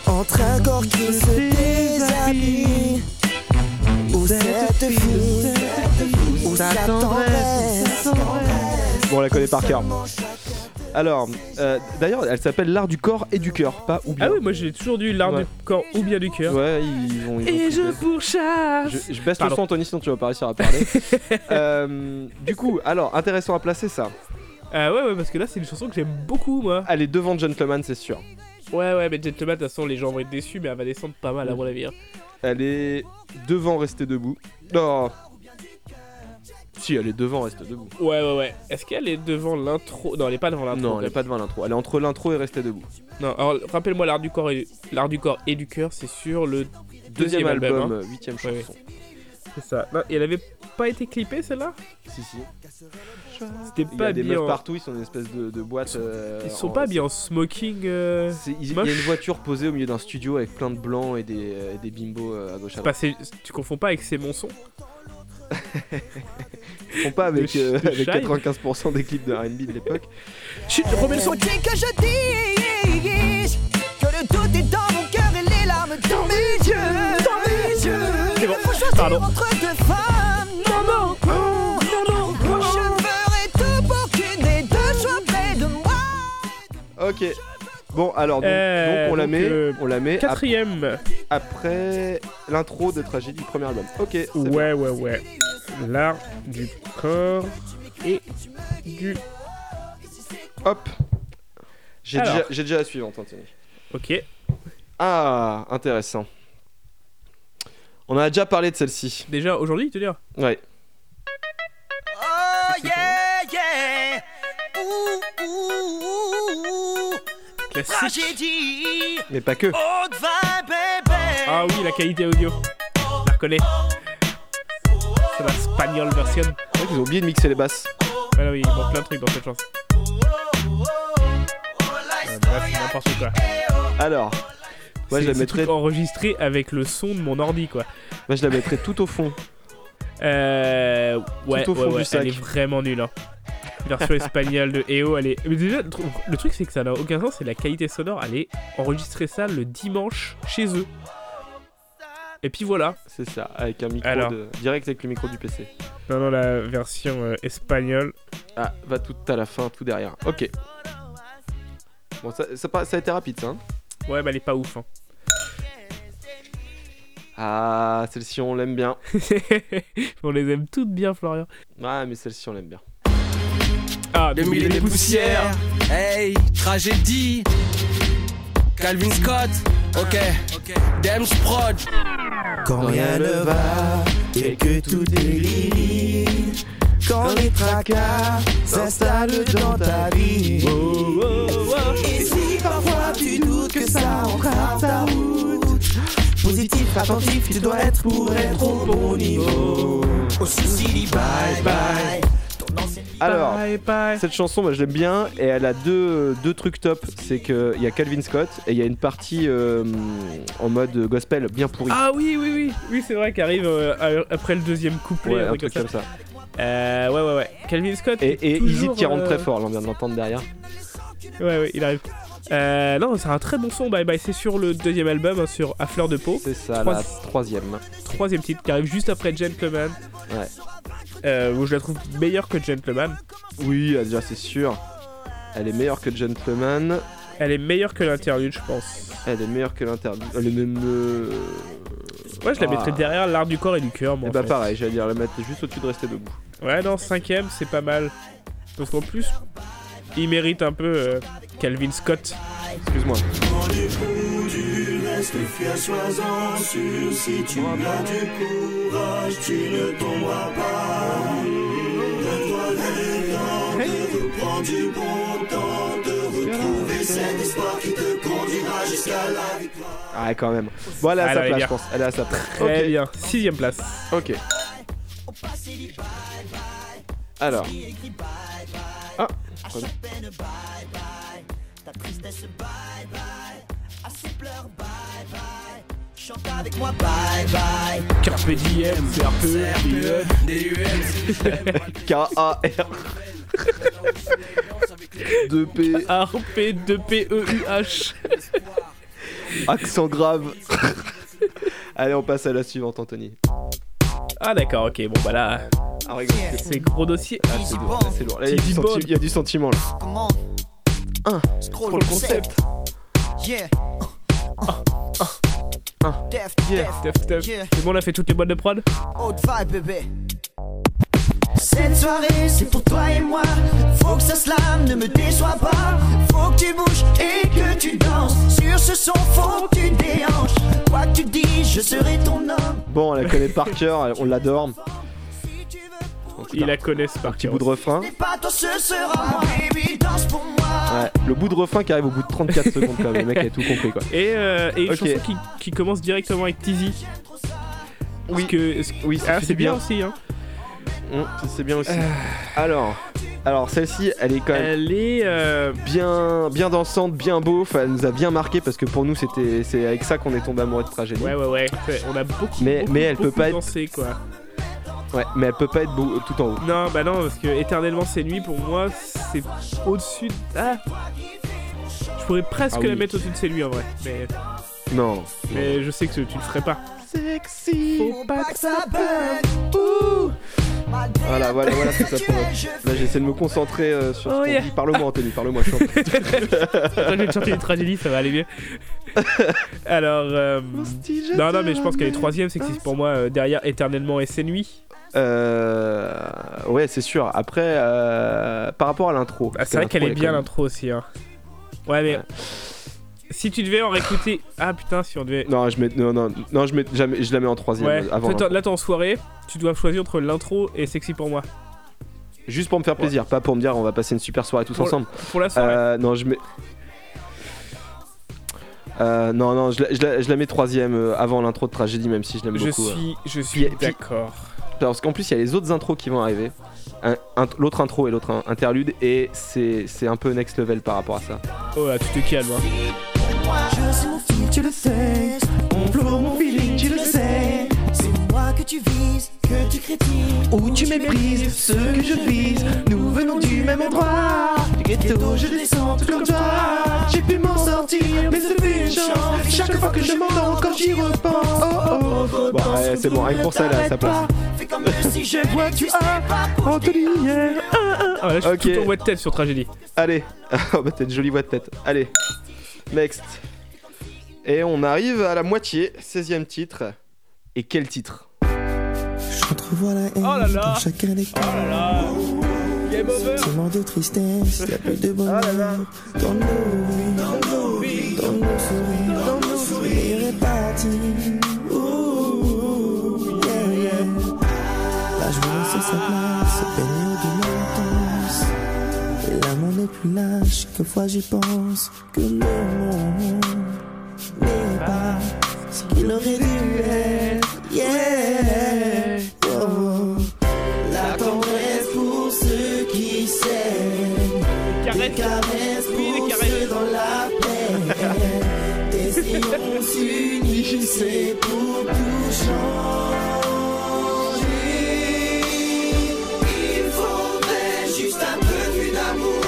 F: Entre un corps qui se déshabille Ou cette fille Ou sa tendresse
B: Bon, on la connaît par cœur. Alors, euh, d'ailleurs, elle s'appelle L'art du corps et du cœur, pas ou bien.
C: Ah oui, moi j'ai toujours du l'art
B: Ouais.
C: du corps ou bien du cœur.
B: Ouais, ils vont. ils vont
C: Et
B: triper.
C: je pourchasse
B: Je, je baisse
C: Pardon.
B: le son, Anthony, sinon tu vas pas réussir à parler. Euh, du coup, alors, intéressant à placer ça.
C: Euh, ouais, ouais, parce que là, c'est une chanson que j'aime beaucoup, moi.
B: Elle est devant Gentleman, c'est sûr.
C: Ouais, ouais, mais Gentleman, de toute façon, les gens vont être déçus, mais elle va descendre pas mal, à mon avis. hein.
B: Elle est devant Rester debout. Non. Si, elle est devant Rester debout.
C: Ouais, ouais, ouais. Est-ce qu'elle est devant l'intro Non, elle est pas devant l'intro.
B: non, elle est
C: quand
B: pas devant l'intro. Elle est entre l'intro et Rester debout.
C: même. Non, alors, rappelle-moi l'art du corps et l'art du corps et du cœur, c'est sur le.
B: Deuxième,
C: Deuxième album, hein.
B: album, euh, huitième
C: Ouais,
B: chanson.
C: C'est ça. Non, et elle avait pas été clippée, celle-là
B: Si, si.
C: C'était
B: Il y
C: pas
B: a des
C: bien.
B: meufs partout, ils sont dans une espèce de, de boîte. euh,
C: Ils sont
B: en-
C: pas bien en smoking. euh,
B: C'est- Il il y a
C: moches.
B: une voiture posée au milieu d'un studio avec plein de blancs et des, euh, des bimbos euh, à gauche à droite.
C: Pas ces- Bah, Tu confonds pas avec ces monsons
B: Ils font pas avec,
C: de
B: euh,
C: Sh- de
B: avec
C: Shine.
B: 95% des clips de R&B de l'époque.
C: Chut, remets le son.
F: Songez que je dis Que le doute est dans mon cœur et les larmes dans mes yeux Dans mes yeux
C: C'est bon.
F: Faut choisir
C: Pardon.
F: entre deux femmes Maman, maman, Je ferai tout pour qu'une des deux soit près de moi
B: Ok. Bon, alors, donc,
C: Euh,
B: donc on, la
C: donc,
B: met,
C: euh,
B: on la met ap-
C: Quatrième.
B: Ah, après l'intro de Tragédie du premier album. Ok. c'est bien.
C: Ouais, ouais, ouais. L'art du corps et du.
B: Hop. J'ai
C: Alors.
B: déjà, j'ai déjà la suivante, Anthony.
C: Ok.
B: Ah, intéressant. On en a déjà parlé de celle-ci.
C: Déjà aujourd'hui, tu veux dire
B: Ouais.
F: Oh yeah, yeah Ouh, ouh, ouh, ouh
C: Classique.
F: Tragédie
B: Mais pas que.
F: Haute vibe, bébé
C: Ah oui, la qualité audio. Je la reconnais. C'est la spagnol version.
B: C'est vrai qu'ils ont oublié de mixer les basses.
C: Ah oui, il manque plein de trucs dans cette chanson. Euh, bref, n'importe quoi.
B: Alors. Moi je,
C: C'est-
B: la
C: c'est
B: mettrais,
C: truc enregistré avec le son de mon ordi, quoi.
B: moi, je la mettrais tout au fond.
C: Euh. Ouais,
B: Tout au fond
C: ouais,
B: du
C: ouais,
B: sac.
C: elle est vraiment nulle, hein. Version espagnole de EO, elle est. Mais déjà, le truc, le truc, c'est que ça n'a aucun sens, c'est la qualité sonore. Elle est enregistrée ça le dimanche chez eux. Et puis voilà.
B: C'est ça, avec un micro
C: Alors.
B: de- direct avec le micro du PC.
C: Non, non, la version euh, espagnole.
B: Ah, va tout à la fin, tout derrière. Ok. Bon, ça, ça, pa- ça a été rapide, ça. hein.
C: Ouais, bah elle est pas ouf. hein.
B: Ah, celle-ci, on l'aime bien.
C: On les aime toutes bien, Florian.
B: Ouais, mais celle-ci, on l'aime bien.
C: Ah,
H: De mille et des poussières. Hey, tragédie. Calvin Scott. Ok. Damn Sprod.
F: Quand rien ne va et que tout délire Quand les tracas s'installent dans ta vie Et si parfois tu doutes que ça entrave ta route Positif, attentif, tu dois être pour être au bon niveau Au souci, dit bye bye Ton ancien
B: Alors, cette chanson, moi, je l'aime bien. Et elle a deux, deux trucs top. C'est qu'il y a Calvin Scott et il y a une partie euh, en mode gospel bien pourrie.
C: Ah oui, oui, oui. Oui, c'est vrai qu'arrive euh, après le deuxième couplet.
B: ouais,
C: un truc comme ça. Euh, ouais, ouais, ouais. Calvin Scott.
B: Et,
C: est
B: et
C: toujours,
B: Easy qui rentre
C: euh,
B: très fort, là, on vient de l'entendre derrière.
C: Ouais, ouais, il arrive. Euh, non, c'est un très bon son. Bye bye. C'est sur le deuxième album, hein, sur À fleur de peau.
B: C'est ça,
C: Trois-
B: la troisième.
C: Troisième titre qui arrive juste après Gentleman.
B: Ouais.
C: Euh, où je la trouve meilleure que Gentleman.
B: Oui, déjà, c'est sûr. Elle est meilleure que Gentleman.
C: Elle est meilleure que l'interlude, je pense.
B: Elle est meilleure que l'interdit. Elle est même. euh,
C: Ouais, je la
B: Ah.
C: mettrais derrière l'art du corps et du cœur,
B: Eh
C: moi. en
B: bah,
C: fait.
B: pareil, j'allais dire, la mettre juste au-dessus de rester debout.
C: Ouais, non, cinquième, c'est pas mal. Parce qu'en plus, il mérite un peu euh, Calvin Scott.
B: Excuse-moi. Ah, quand même. Bon, elle est à
C: Elle
B: sa
C: est
B: place,
C: bien.
B: je pense. Elle est à sa place.
C: Très
B: Ok.
C: bien. Sixième place.
B: Ok. Alors. Ah, pardon.
C: Carpe diem, E,
B: K-A-R. 2P,
C: E R-P-2-P-E-U-H.
B: accent grave. Allez, on passe à la suivante, Anthony.
C: Ah, d'accord, ok, bon, bah là,
B: Ah, regarde, c'est-
C: c'est gros dossier.
B: ah, c'est lourd, là, c'est lourd. Là, il y, a
C: Easy
B: du senti-
C: Bond.
B: il y a du sentiment là.
D: Comment
B: Un,
D: Scroll
B: Pour le concept.
D: Yeah.
B: un.
D: Def,
B: Yeah.
D: def,
C: Teuf, teuf.
D: Yeah.
C: C'est bon, on a fait toutes les boîtes de prod
D: haute vibe, bébé.
F: Cette soirée, c'est pour toi et moi. Faut que ça se lame, ne me déçois pas. Faut que tu bouges et que tu danses. Sur ce son, faut que tu déhanches. Quoi que tu dis, je serai ton homme.
B: Bon, on la connaît par cœur, elle- on l'adore.
C: Ils la connaissent par
B: Petit
C: cœur.
B: bout de refrain.
F: Et pas toi, ce sera moi. Baby, danse pour moi.
B: Ouais, le bout de refrain qui arrive au bout de 34 secondes quand même. Le mec a tout compris quoi.
C: Et, euh, et une
B: Ok.
C: chanson qui, qui commence directement avec Tizi. Parce
B: Oui.
C: que- parce que-
B: Oui, ça
C: ah,
B: fait
C: c'est
B: du bien.
C: bien aussi. Hein.
B: Hum, c'est bien Ah. aussi. Alors, alors celle-ci, elle est quand même
C: Elle est. euh,
B: bien, bien dansante, bien beau. Enfin, elle nous a bien marqué parce que pour nous, c'était, c'est avec ça qu'on est tombé amoureux de tragédie.
C: Ouais, ouais, ouais. C'est- On a beaucoup.
B: Mais-
C: beaucoup,
B: mais elle peut
C: beaucoup
B: pas être-
C: dansé, quoi.
B: Ouais, mais elle peut pas être beau- euh, tout en haut.
C: Non, bah non, parce que éternellement c'est nuit pour moi, c'est au-dessus. de- Ah Je pourrais presque
B: Ah oui.
C: la mettre au-dessus de c'est lui en vrai, mais,
B: Non.
C: mais je sais que tu le ferais pas.
B: Sexy.
C: Faut pas que ça
F: beugle.
B: Voilà, voilà, voilà ce que ça provoque. Là, j'essaie de me concentrer euh, sur ce
C: Oh,
B: qu'on
C: yeah.
B: dit. Parle-moi, Anthony, parle-moi. Je suis en train de-
C: Quand je vais te chanter une tragédie, ça va aller mieux. Alors, euh, non, non, mais je pense qu'elle est troisième, c'est que c'est pour moi euh, derrière éternellement et c'est nuit.
B: Euh, Ouais, c'est sûr. Après, euh, par rapport à l'intro.
C: Ah, c'est vrai qu'elle est bien
B: l'intro.
C: l'intro aussi. Hein. Ouais, mais
B: Ouais.
C: si tu devais en réécouter, ah putain, si on devait.
B: elle est- Non, je mets, non, non, non, je mets, jamais, je la mets en troisième
C: Ouais,
B: euh, avant.
C: toi, t'en-
B: l'intro.
C: là t'es en soirée, tu dois choisir entre l'intro et sexy pour moi.
B: Juste pour me faire plaisir, pas pour me dire on va passer une super soirée tous
C: Pour-
B: ensemble.
C: Pour la soirée.
B: Euh, non, je mets. Euh, non, non, je la, je la- je la mets troisième euh, avant l'intro de tragédie, même si je l'aime
C: Je
B: beaucoup. euh.
C: suis, je
B: Puis-
C: suis
B: puis-
C: d'accord.
B: Parce qu'en plus, il y a les autres intros qui vont arriver. Un- un- l'autre intro et l'autre in- interlude, et c'est, c'est un peu next level par rapport à ça.
C: Oh là, tu te calmes. hein.
F: Je suis mon fils, tu le sais. Mon flow, mon feeling, tu le sais. C'est moi que tu vises, que tu critiques. Ou tu méprises ce que je vise. Nous venons du même endroit. Du ghetto, je descends tout comme toi. J'ai pu m'en sortir, mais ce fut une chance. Chaque fois que je m'endors, quand j'y repense. Oh oh, oh.
B: Bon, ouais, c'est bon, rien que pour ça, elle est à sa place.
F: Fais comme si je vois, tu as.
B: Anthony, yeah.
C: Ah, là, je suis
B: Ok.
C: tout en voix de tête sur Tragédie.
B: Allez, oh, bah, t'as une jolie voix de tête. Allez, next. Et on arrive à la moitié, 16 e titre. et quel titre
F: J'entrevois la haine
C: Oh là là.
F: dans chacun des
C: Oh
F: cas.
C: là là Game over
F: Sentiment de tristesse, y'a plus de bonheur. Dans nos vies, dans nos sourires, dans nos sourires répartis. Ouh, ouh, yeah, yeah. La joie c'est sa place, se baigner de l'entence. Et l'amour n'est plus là, chaque fois j'y pense que le monde n'est pas ce qu'il aurait dû être. Yeah. Oh. La tendresse pour ceux qui s'aiment. Des caresses pour ceux dans la peine. Des sillons s'unissaient pour tout changer. Il faudrait juste un peu plus d'amour.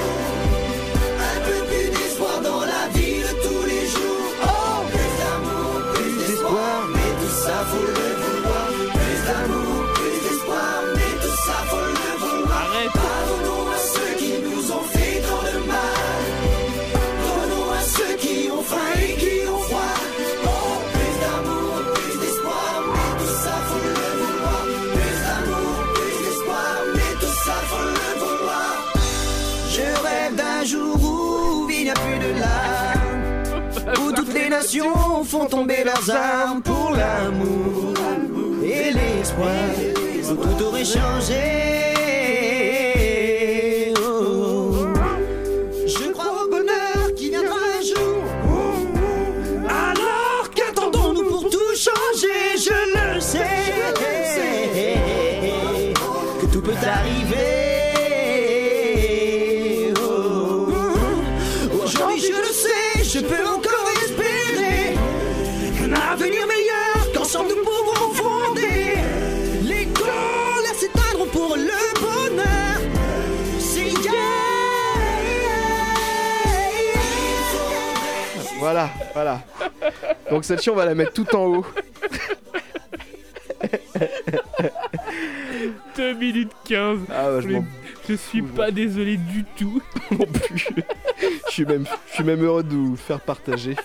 F: Un peu plus d'espoir dans la vie de tous les jours. Oh, plus d'amour, plus d'espoir, mais tout ça faut le vouloir. Plus d'amour, plus d'espoir, mais tout ça faut le vouloir.
C: Arrête.
F: Pardonnons à ceux qui nous ont fait tant de mal. Donnons à ceux qui ont faim et qui ont froid. Oh, plus d'amour, plus d'espoir, mais tout ça faut le vouloir. Plus d'amour, plus d'espoir, mais tout ça faut le vouloir.
D: Je rêve d'un jour où il n'y a plus de larmes, où toutes les nations font tomber leurs armes pour l'amour et l'espoir, où tout aurait changé. Oh. Je crois au bonheur qui viendra un jour. Alors qu'attendons-nous pour tout changer Je le sais que tout peut arriver. Oh. Aujourd'hui, je le sais, je peux encore espérer un avenir meilleur qu'ensemble nous pouvons fonder. Les colères s'éteindront pour le bonheur. C'est yeah.
B: Voilà, voilà. Donc celle-ci, on va la mettre tout en haut.
C: 2 minutes 15
B: Ah bah, je
C: Mais
B: m'en
C: Je suis
B: Toujours.
C: pas désolé du tout
B: non plus. je, suis même, je suis même heureux de vous faire partager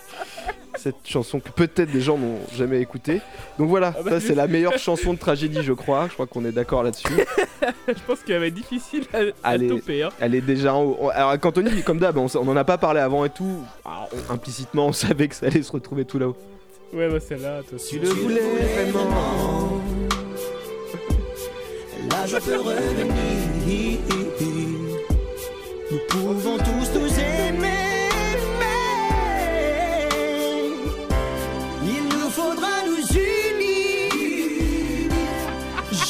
B: cette chanson que peut-être des gens n'ont jamais écoutée. Donc voilà,
C: Ah bah,
B: ça
C: je-
B: c'est la meilleure chanson de tragédie, je crois. Je crois qu'on est d'accord là-dessus.
C: Je pense qu'elle va être difficile à, à
B: Allez.
C: toper hein.
B: Elle est déjà en haut. On- Alors, Anthony, comme d'hab, on, s- on en a pas parlé avant et tout. Alors, on- implicitement, on savait que ça allait se retrouver tout là-haut.
C: Ouais bah celle-là de toute façon.
B: le voulais vraiment.
D: Là je peux revenir. Nous pouvons tous nous aimer, mais il nous faudra nous unir.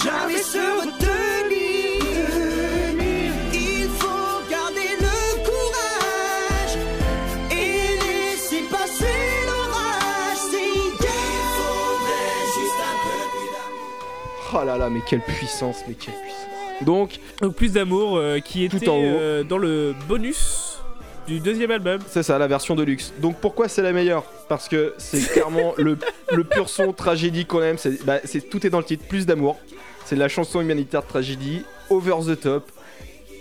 D: Jamais se retenir. Il faut garder le courage et laisser passer l'orage. C'est il faudrait juste un peu plus d'amour.
B: Oh là là, mais quelle puissance, mais quelle puissance. Donc,
C: Donc plus d'amour euh, qui
B: Tout
C: était
B: en haut.
C: euh, dans le bonus du deuxième album.
B: c'est ça, la version de luxe. Donc, pourquoi c'est la meilleure Parce que c'est clairement le, le pur son tragédie qu'on aime. C'est, bah, c'est- tout est dans le titre, plus d'amour. C'est de la chanson humanitaire de tragédie, over the top.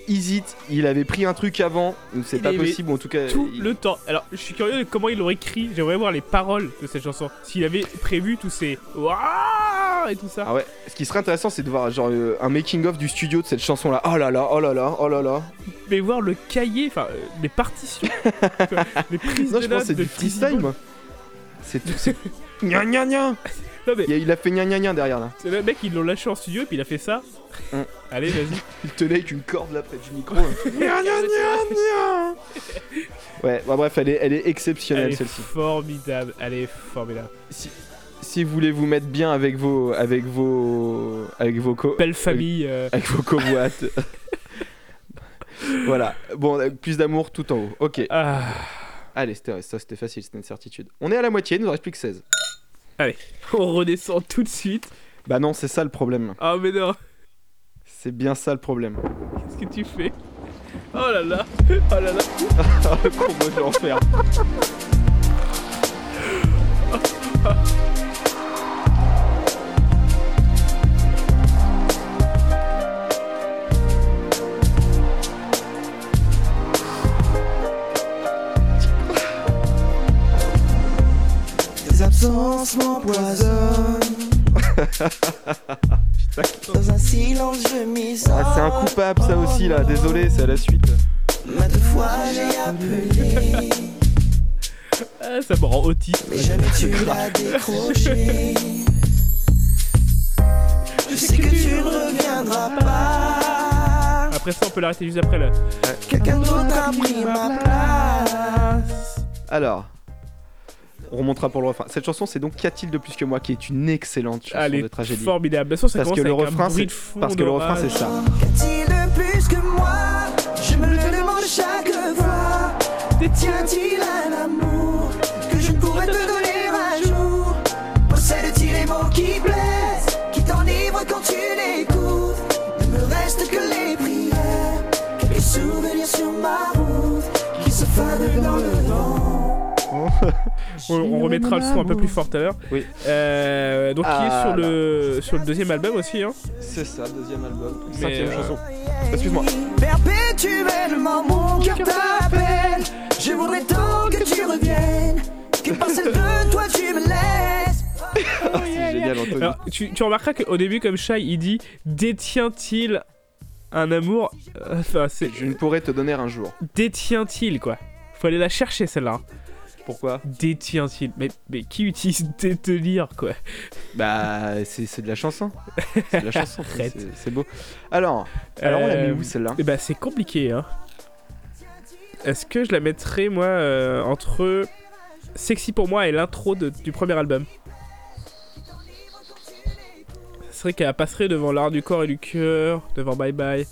B: Hésite, il avait pris un truc avant, donc c'est
C: Il
B: pas
C: aimait
B: possible, ou en tout cas.
C: Tout
B: Euh, il-
C: le temps. Alors je suis curieux de comment ils l'ont écrit. J'aimerais voir les paroles de cette chanson. S'il avait prévu tous ces Waouh et tout ça.
B: Ah ouais, ce qui serait intéressant c'est de voir genre euh, un making of du studio de cette chanson là. Oh là là, oh là là, oh là là.
C: Mais voir le cahier, enfin euh, les partitions, quoi, les prises
B: Non,
C: de
B: je pense que
C: notes
B: c'est
C: de
B: du
C: Dizzy
B: freestyle
C: Bone.
B: moi. C'est tout c'est gna gna gna.
C: Non mais
B: Il y a- Il a fait gna gna gna derrière là.
C: c'est le mec ils l'ont lâché en studio et puis il a fait ça.
B: Hum.
C: Allez vas-y.
B: Il tenait avec une corde là près du micro. là. Gna, gna, gna, gna. Ouais, bah, bref, elle est, elle est
C: Elle
B: exceptionnelle
C: est
B: celle-ci.
C: formidable. Elle est formidable.
B: Si, si vous voulez vous mettre bien avec vos avec vos avec vos co-
C: Belle famille. euh,
B: avec vos covoites. voilà. Bon, euh, plus d'amour tout en haut. OK.
C: Ah.
B: Allez, c'était- ça c'était facile, c'était une certitude. On est à la moitié, il nous en reste plus que 16.
C: On redescend tout de suite.
B: Bah non, c'est ça le problème.
C: Ah mais non,
B: C'est bien ça le problème.
C: qu'est-ce que tu fais Oh là là, oh là là.
B: Ah, le combo de l'enfer.
F: Tes absences m'empoisonnent. Dans un silence, je m'isole.
B: Ah, c'est un coupable ça aussi là, désolé, c'est à la suite.
F: Maintes fois, j'ai appelé.
C: Ah, ça me rend autiste.
F: Mais jamais tu l'as décroché. Je sais que tu ne reviendras pas.
C: Après ça, on peut l'arrêter juste après là.
F: Quelqu'un d'autre a pris ma place.
B: Alors, on remontera pour le refrain. Cette chanson, c'est donc Qu'a-t-il de plus que moi qui est une excellente chanson
C: Allez,
B: de tragédie.
C: formidable. De toute façon, ça
B: Parce
C: commence
B: que le
C: avec un
B: refrain,
C: bruit
B: c'est
C: de fond
B: parce que le refrain, c'est
C: d'orage.
B: ça.
F: Qu'a-t-il de plus que moi Je me le demande chaque fois. Détient-il un amour que je ne pourrais te donner un jour Possède-t-il les mots qui blessent, qui t'enivrent quand tu l'écoutes Ne me reste que les prières, quelques souvenirs sur ma route qui se fanent dans le vent.
C: On, on remettra le son un peu plus fort tout à l'heure.
B: Oui.
C: Euh, donc, qui est
B: Ah
C: sur le, sur le deuxième album aussi. Hein.
B: C'est ça, deuxième album,
C: Mais,
B: cinquième
C: euh,
B: chanson. Excuse-moi.
F: Perpétuellement mon cœur t'appelle Je voudrais tant que tu reviennes Que par celle de toi tu me laisses
B: C'est génial, Anthony.
C: Alors, tu, tu remarqueras qu'au début, comme Shai, il dit Détient-il un amour Euh, Enfin, c'est.
B: Je ne pourrais te donner un jour.
C: Détient-il, quoi Faut aller la chercher celle-là.
B: Pourquoi
C: Détient-il Mais, mais qui utilise détenir, quoi
B: Bah, c'est c'est de la chanson. C'est de la chanson.
C: Traite.
B: c'est- C'est beau. Alors, alors on l'a mis où celle-là
C: Eh ben, c'est compliqué, hein. Est-ce que je la mettrais, moi, euh, entre Sexy pour moi et l'intro de- du premier album Ce serait qu'elle passerait devant l'art du corps et du cœur, devant Bye Bye.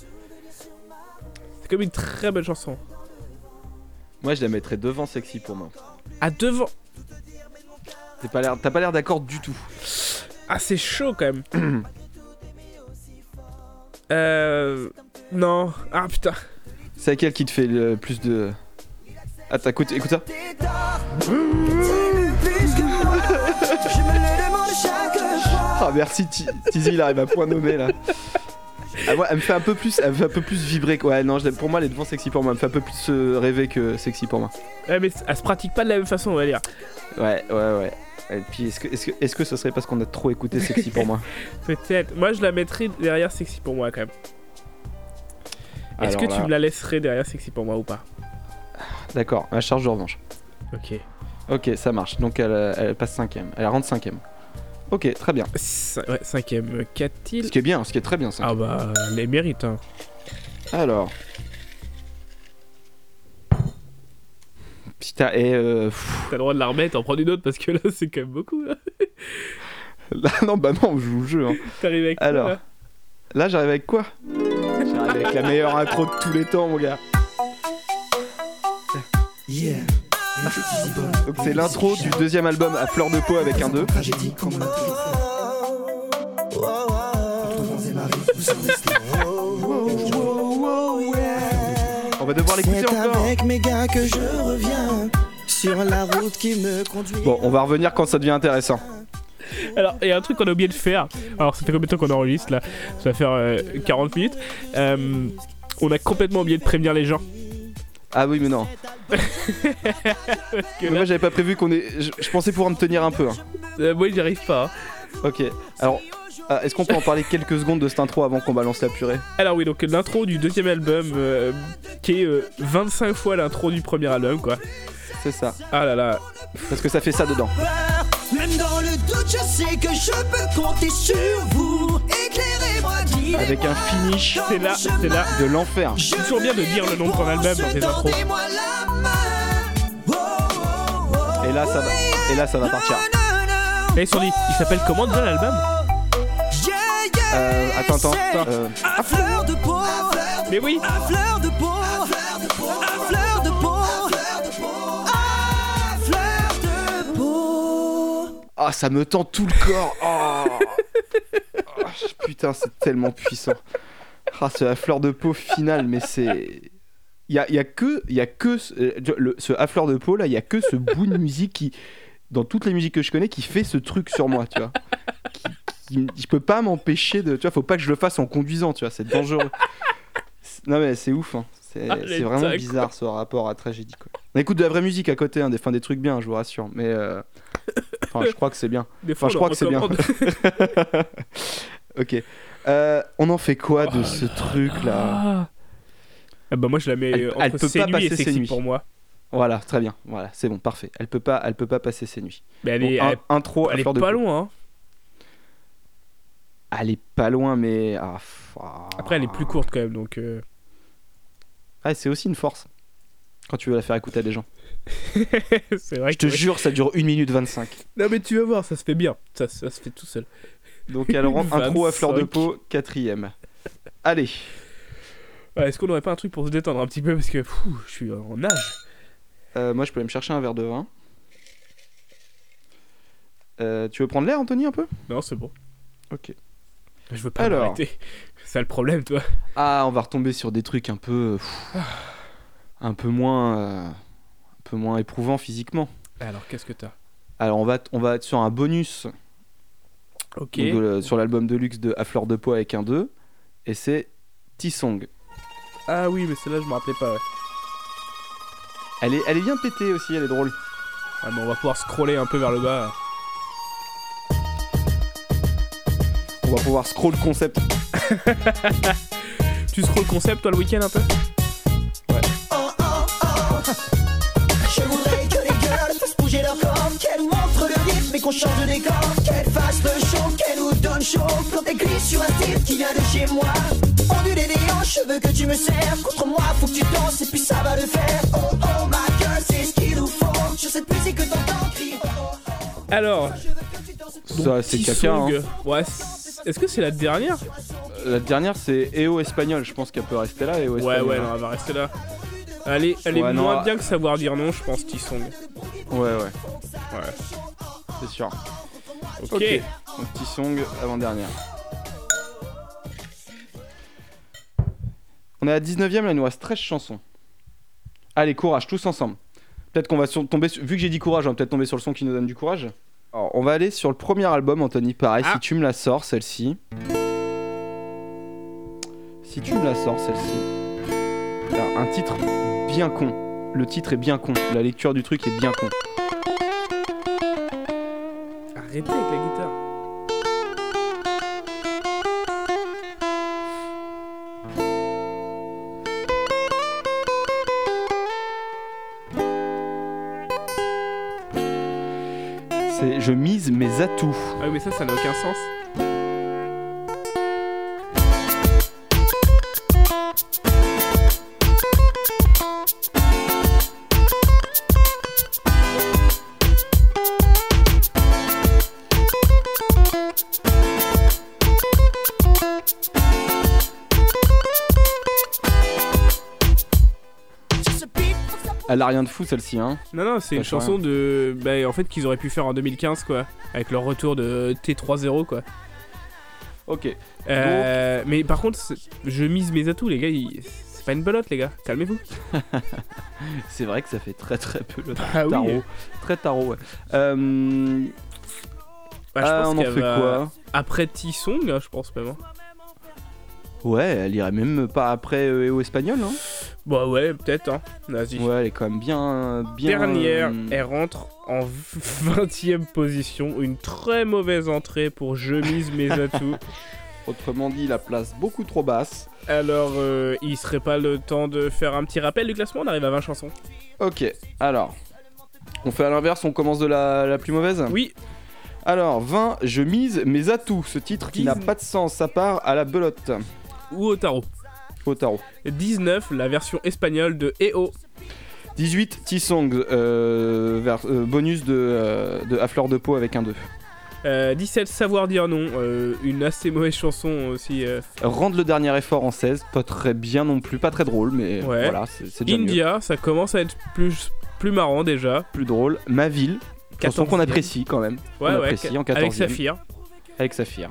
C: C'est comme une très bonne chanson.
B: Moi, je la mettrais devant Sexy pour moi.
C: À devant
B: T'as pas l'air- t'as pas l'air d'accord du tout.
C: Ah, c'est chaud quand même. euh. Non. Ah putain.
B: C'est laquelle qui te fait le plus de. Attends, écoute, écoute ça.
F: T'es tort Qu'est-il plus que moi Je me le demande chaque fois
B: Ah merci Ti- Tizi, il arrive à point nommé là. Ah, moi, elle me fait un peu plus, elle me fait un peu plus vibrer quoi. Ouais, non, je l'aime- pour moi, elle est devant sexy pour moi. Elle me fait un peu plus euh, rêver que sexy pour moi.
C: Ouais, mais elle se pratique pas de la même façon, on va dire.
B: Ouais, ouais, ouais. Et puis, est-ce que, est-ce que, est-ce que ce serait parce qu'on a trop écouté sexy pour moi
C: Peut-être. Moi, je la mettrais derrière Sexy pour moi quand même. Est-ce
B: Alors
C: que
B: là-
C: tu me la laisserais derrière Sexy pour moi ou pas
B: D'accord, ma charge de revanche.
C: Ok.
B: Ok, ça marche. Donc elle, euh, elle passe cinquième. Elle rentre cinquième. Ok, très bien.
C: ouais, cinquième. euh, Qu'a-t-il
B: Ce qui est bien, ce qui est très bien ça.
C: Ah bah, elle les mérite, hein.
B: Alors. Putain, et euh, pff,
C: T'as le droit de la remettre, en prendre une autre parce que là, c'est quand même beaucoup. hein. là.
B: Là, non, bah non, on joue au jeu. hein.
C: T'arrives avec quoi,
B: Alors.
C: là
B: Là, j'arrive avec quoi J'arrive avec la meilleure intro de tous les temps, mon gars.
I: Yeah.
B: Donc, c'est l'intro du deuxième album à fleur de peau avec un 2.
I: Tragédie comme on l'a toujours fait. Entre Vans et Marie, nous sommes restés.
B: On va devoir l'écouter
F: C'est
B: encore.
F: avec mes gars que je reviens Sur la route qui me conduit
B: Bon, on va revenir quand ça devient intéressant.
C: Alors, il y a un truc qu'on a oublié de faire. Alors, ça fait combien de temps qu'on enregistre là Ça va faire euh, 40 minutes. Euh, on a complètement oublié de prévenir les gens.
B: Ah oui, mais non.
C: Parce que
B: Mais
C: là,
B: moi, j'avais pas prévu qu'on est. Je, je pensais pouvoir me tenir un peu. hein.
C: euh, moi, j'y arrive pas. hein.
B: Ok. Alors, ah, est-ce qu'on peut en parler quelques secondes de cette intro avant qu'on balance la purée
C: Alors, oui, donc l'intro du deuxième album, euh, qui est euh, 25 fois l'intro du premier album, quoi.
B: C'est ça.
C: Ah là là.
B: Parce que ça fait ça dedans.
F: peur. Même dans le doute, je sais que je peux compter sur vous. Éclairez-moi, guidez-moi.
B: Avec un finish
F: dans
C: C'est là,
F: mon chemin.
C: c'est là.
B: de l'enfer.
F: Je
C: C'est toujours bien de
F: veux
C: dire le nom de ton
F: réponse,
C: album dans tes intros.
F: tendez-moi la main. Oh, oh, oh,
B: Et là, ça va. Et là, ça va partir.
F: non, non.
C: Là, ils se sont dit, il s'appelle comment déjà l'album
F: Yeah, yeah,
B: Euh, attends, attends.
F: c'est
B: attends, euh,
F: à fleur de peau, à fleur de
C: Mais oui
F: à fleur de peau, à fleur de peau, à fleur de peau, à fleur de peau.
B: Ah, ça me tend tout le corps. Oh. Ah, putain, c'est tellement puissant. Ah, c'est la fleur de peau finale, mais c'est. Il y a, il y a que, il y a que ce, euh, tu vois, le- ce à fleur de peau là, il y a que ce bout de musique qui, dans toutes les musiques que je connais, qui fait ce truc sur moi, tu vois. Qui- qui- je peux pas m'empêcher de, tu vois, faut pas que je le fasse en conduisant, tu vois, c'est dangereux. C'est- Non mais c'est ouf, hein. c'est
C: Ah,
B: c'est
C: les
B: vraiment
C: dingues,
B: bizarre ce rapport à tragédie. Quoi. On écoute de la vraie musique à côté, hein, des, fins, des trucs bien, je vous rassure, mais euh, Enfin, je crois que c'est bien.
C: Des
B: Enfin,
C: fois,
B: je
C: on
B: crois que c'est bien.
C: recommande-
B: ok. Euh, on en fait quoi
C: Oh
B: de ce truc-là
C: Ah. Ah bah moi je la mets
B: Elle-
C: euh,
B: elle
C: entre
B: peut pas
C: C'est nuit et
B: passer
C: sexy
B: C'est nuit.
C: pour moi.
B: Voilà, très bien. Voilà, c'est bon, parfait. Elle peut pas, elle peut pas passer ses nuits.
C: Mais elle
B: Bon,
C: est,
B: un-
C: elle-
B: intro à
C: elle est
B: fleur de
C: pas
B: peau.
C: loin. hein.
B: Elle est pas loin, mais ah, f- ah.
C: Après elle est plus courte quand même donc. euh,
B: Ah, c'est aussi une force. Quand tu veux la faire écouter à des gens.
C: c'est vrai.
B: Je te
C: que-
B: jure, ça dure 1 minute 25.
C: Non mais tu vas voir ça se fait bien. Ça, ça se fait tout seul.
B: Donc, elle rend intro à fleur de
C: 25.
B: peau, quatrième. Allez.
C: Ouais, Est-ce qu'on n'aurait pas un truc pour se détendre un petit peu parce que pfou, je suis en nage.
B: Euh, moi, je peux aller me chercher un verre de vin. Euh, tu veux prendre l'air, Anthony, un peu
C: Non c'est bon.
B: Ok.
C: Je veux pas
B: Alors.
C: m'arrêter. C'est ça le problème toi.
B: Ah, on va retomber sur des trucs un peu. pff, un peu moins. euh, un peu moins éprouvant physiquement.
C: Alors qu'est-ce que t'as
B: Alors, on va, t- on va être sur un bonus
C: Ok.
B: donc, de le- sur l'album de luxe de À Fleur de Peau avec un 2. Et c'est T-Song.
C: Ah oui mais celle-là je me rappelais pas. ouais.
B: Elle est, elle est bien pétée aussi, elle est drôle.
C: Ah mais on va pouvoir scroller un peu vers le bas.
B: On va pouvoir scroll concept.
C: Tu scrolles concept toi le week-end un peu
E: Je voudrais que les girls fassent bouger leur corps, qu'elles montrent le rythme et qu'on change de décor, qu'elles fassent le show, qu'elles nous donnent chaud quand elles glissent sur un type qui vient de chez moi. Onduler les hanches, je veux que tu me serves contre moi, faut que tu danses et puis ça va le faire. Oh oh ma gueule, c'est ce qu'il nous faut sur cette musique que t'entends crier. Oh, oh,
C: Alors.
E: je veux que tu danses sur
B: Ça, c'est caca. hein.
C: T-Song. Ouais. c'est- Est-ce que c'est la dernière
B: La dernière, c'est EO espagnol. Je pense qu'elle peut rester là. EO
C: Ouais,
B: espagnol.
C: ouais, non, elle va rester là. Elle est, elle est
B: Ouais, non, ah.
C: moins
B: elle-
C: bien que savoir dire non, je pense, T-Song.
B: Ouais, ouais. C'est sûr. Ok.
C: Ok.
B: Donc, petit song avant-dernière. On est à 19ème, là, il nous reste 13 chansons. Allez, courage, tous ensemble. Peut-être qu'on va sur- tomber sur- Vu que j'ai dit courage, on va peut-être tomber sur le son qui nous donne du courage. Alors, on va aller sur le premier album, Anthony. Pareil,
C: Ah.
B: si tu me la sors, celle-ci. Si tu me la sors, celle-ci. Alors, un titre bien con. Le titre est bien con. La lecture du truc est bien con.
C: Arrêtez avec la guitare.
B: C'est Je mise mes atouts.
C: Ah oui, mais ça, ça n'a aucun sens.
B: Elle a rien de fou, celle-ci, hein.
C: Non, non, c'est
B: Ça
C: une
B: change
C: chanson de. Bah, en fait, qu'ils auraient pu faire en 2015, quoi. Avec leur retour de T3-0, quoi.
B: Ok.
C: Euh, mais par contre, c'est- je mise mes atouts, les gars. ils- C'est pas une belote, les gars. Calmez-vous.
B: C'est vrai que ça fait très très peu le
C: Ah
B: tarot. Très tarot, ouais. Euh, ah, on en fait quoi
C: Après T-Song, hein, je pense, même. hein.
B: Ouais, elle irait même pas après euh, EO espagnol, hein
C: Bah, ouais, peut-être, hein. Vas-y.
B: Ouais, elle est quand même bien. bien
C: Dernière,
B: euh,
C: elle rentre en 20ème position. Une très mauvaise entrée pour Je mise mes atouts.
B: Autrement dit, la place beaucoup trop basse.
C: Alors, euh, il serait pas le temps de faire un petit rappel du classement On arrive à 20 chansons.
B: Ok, alors. On fait à l'inverse, on commence de la, la plus mauvaise
C: Oui,
B: Alors, 20, je mise mes atouts. Ce titre qui n'a
C: Dix-
B: pas de sens, à part à la belote.
C: ou au tarot.
B: Au tarot.
C: 19, la version espagnole de E EO.
B: 18, T-Songs, euh, vers- euh, bonus de, euh, de À fleur de peau avec un 2.
C: Euh, 17, Savoir dire non. euh, une assez mauvaise chanson aussi. euh.
B: Rendre le dernier effort en 16, pas très bien non plus, pas très drôle, mais
C: Ouais.
B: voilà, c'est c'est déjà mieux.
C: India, ça commence à être plus, plus marrant déjà.
B: Plus drôle. Ma ville, chanson
C: 14e.
B: qu'on apprécie quand même,
C: Ouais,
B: On
C: ouais.
B: apprécie en 14e.
C: Avec Saphir.
B: avec Saphir,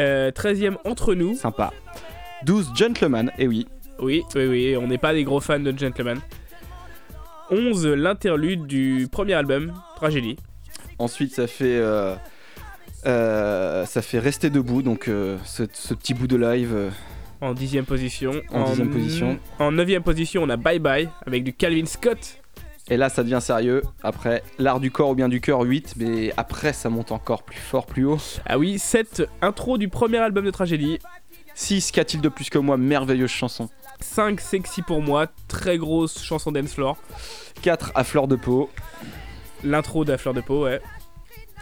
C: Euh, 13ème, Entre nous.
B: sympa. 12, Gentleman, et oui,
C: Oui, oui, oui, on n'est pas des gros fans de Gentleman. 11, l'interlude du premier album, Tragédie.
B: ensuite ça fait... euh, euh, ça fait rester debout, donc euh, ce, ce petit bout de live. euh,
C: En dixième position.
B: En dixième position.
C: En neuvième position, on a Bye Bye avec du Calvin Scott.
B: Et là, ça devient sérieux. Après, l'art du corps ou bien du cœur, 8. Mais après, ça monte encore plus fort, plus haut.
C: Ah oui, cette intro du premier album de Tragédie.
B: 6. Qu'a-t-il de plus que moi Merveilleuse chanson.
C: 5 sexy pour moi, très grosse chanson dancefloor.
B: 4. À fleur de peau.
C: L'intro d'A Fleur de Peau, ouais.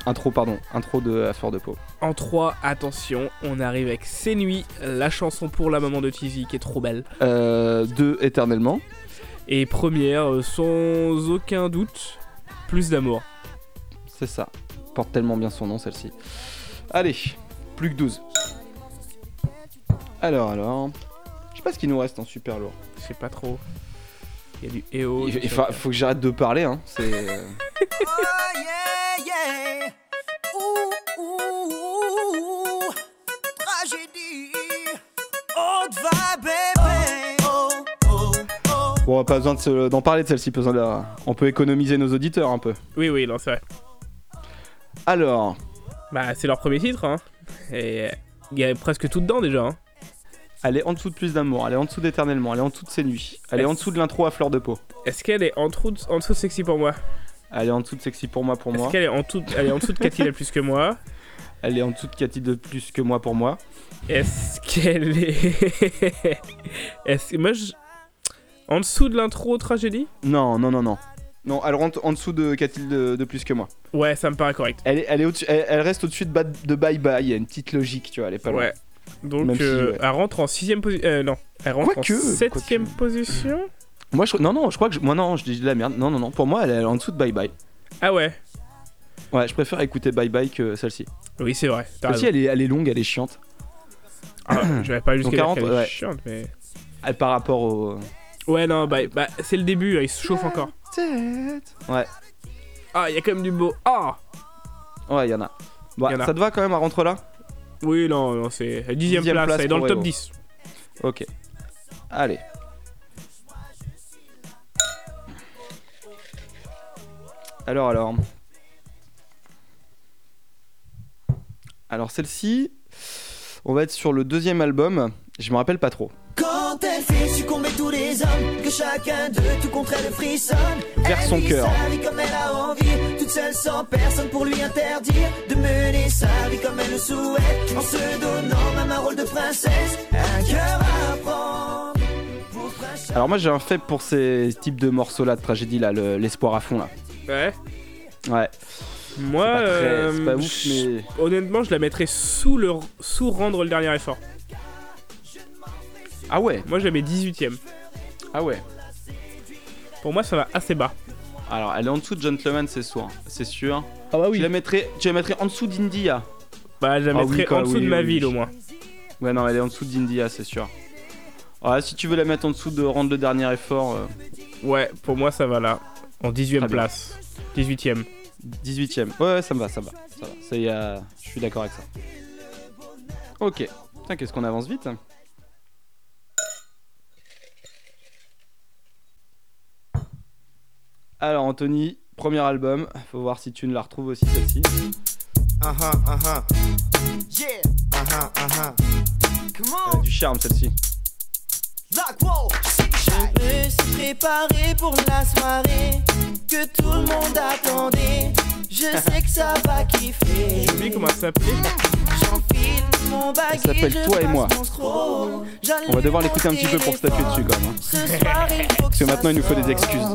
B: Intro, pardon. Intro de à fleur de peau.
C: En 3, attention, on arrive avec C'est Nuit, la chanson pour la maman de Tizi qui est trop belle.
B: 2. Euh, éternellement.
C: Et première, euh, sans aucun doute, plus d'amour.
B: C'est ça. Porte tellement bien son nom, celle-ci. Allez, plus que 12. Alors, alors. Je sais pas ce qu'il nous reste en super lourd.
C: Je sais pas trop. Il y a du E EO.
B: Il,
C: du
B: il fa-
C: truc.
B: faut que j'arrête de parler, hein. C'est. euh,
D: Oh yeah, yeah. Ouh, ouh, ouh. Tragédie. Oh, te va, bébé. Oh, oh, oh.
B: Bon, on a pas besoin de se- d'en parler de celle-ci, pas besoin de la- on peut économiser nos auditeurs un peu.
C: Oui, oui, non, c'est vrai.
B: Alors,
C: Bah, c'est leur premier titre, hein. Et il y a presque tout dedans déjà. hein.
B: elle est en dessous de plus d'amour, elle est en dessous d'éternellement, elle est en dessous de ses nuits, elle est en dessous de l'intro à fleur de peau,
C: Est-ce qu'elle est en dessous de, en dessous de sexy pour moi
B: elle est en dessous de sexy pour moi pour
C: Est-ce
B: moi,
C: qu'elle est en dessous, elle est en dessous de Cathy la plus que moi
B: elle est en dessous de Cathy de plus que moi pour moi.
C: Est-ce qu'elle est. Est-ce que. Moi, je. En dessous de l'intro Tragédie
B: Non, non, non, non. Non, elle rentre en dessous de Cathy de, de plus que moi.
C: Ouais, ça me paraît correct.
B: Elle, est, elle, est au-dessus- elle, elle reste au-dessus de, ba- de Bye Bye, il y a une petite logique, tu vois, elle est pas loin.
C: Ouais. Donc,
B: Même si,
C: euh,
B: ouais.
C: elle rentre en sixième position. non, elle rentre
B: Quoique,
C: en septième
B: quoique.
C: position.
B: Moi, je, non, non, je crois que... je- moi, non, je dis de la merde. Non, non, non, pour moi, elle est en dessous de Bye Bye.
C: Ah ouais.
B: Ouais, je préfère écouter Bye Bye que celle-ci.
C: Oui, c'est vrai. T'as
B: Celle-ci,
C: raison.
B: elle est, elle est longue, elle est chiante.
C: Ah, je vais pas jusqu'à
B: Donc, elle
C: dire qu'elle
B: rentre,
C: est
B: ouais.
C: chiante, mais.
B: Elle, par rapport au...
C: Ouais, non, bah, bah, c'est le début, hein, il se chauffe encore.
B: Ouais.
C: Ah, il y a quand même du beau. Ah
B: Ouais, y'en a. Bon,
C: Y en a.
B: ça te va quand même à rentrer là
C: Oui, non, non, c'est la dixième,
B: Dixième
C: place,
B: place
C: elle est dans
B: pour
C: le top
B: Evo.
C: 10.
B: Ok. Allez. Alors, alors. Alors, celle-ci, on va être sur le deuxième album. Je me rappelle pas trop.
F: Quand elle fait succomber tous les hommes, que chacun d'eux tout contre elle frissonne.
B: Vers
F: Elle
B: son
F: vit
B: cœur.
F: Sa vie comme elle a envie, toute seule sans personne pour lui interdire de mener sa vie comme elle le souhaite, en se donnant même un rôle de princesse. Un cœur à prendre. pour prince
B: Alors, moi, j'ai un fait pour ces types de morceaux-là, de tragédie, là, le- l'espoir à fond, là.
C: Ouais.
B: Ouais.
C: Moi,
B: Pas très-
C: euh,
B: c'est pas ouf,
C: je-
B: mais.
C: honnêtement, je la mettrais sous, le... sous rendre le dernier effort.
B: Ah ouais,
C: Moi, je la mets 18ème.
B: ah ouais.
C: Pour moi, ça va assez bas.
B: Alors, elle est en dessous de Gentleman, c'est sûr. hein. C'est sûr.
C: Ah bah
B: Tu la mettrais, tu la mettrais en dessous d'India.
C: Bah, je la
B: Ah oui,
C: mettrais
B: quoi,
C: en dessous
B: oui,
C: de ma
B: oui,
C: ville,
B: oui.
C: au moins.
B: Ouais, non, elle est en dessous d'India, c'est sûr. Ouais, si tu veux la mettre en dessous de rendre le dernier effort, euh,
C: Ouais, pour moi, ça va là. En 18ème
B: Très bien.
C: place. 18ème.
B: 18ème. Ouais, ouais, ça me va, ça me va. Ça va. Ça y est, euh, je suis d'accord avec ça. Ok. Putain, qu'est-ce qu'on avance vite. hein. Alors, Anthony, premier album. Faut voir si tu ne la retrouves aussi, celle-ci.
D: Ah ah ah ah. Yeah. Ah ah ah ah. Come
B: Elle a
D: on.
B: du charme, celle-ci.
D: Like wow. Shake shake.
F: Je me suis préparé pour la soirée que tout le monde attendait. Je sais que ça va kiffer.
C: J'ai oublié comment ça s'appelait.
F: J'enfile mon baguette.
B: s'appelle Toi et moi. On va devoir l'écouter un petit peu pour se taper dessus, quand même. hein.
F: Ce soir, il faut
B: Parce que maintenant, il nous faut des excuses.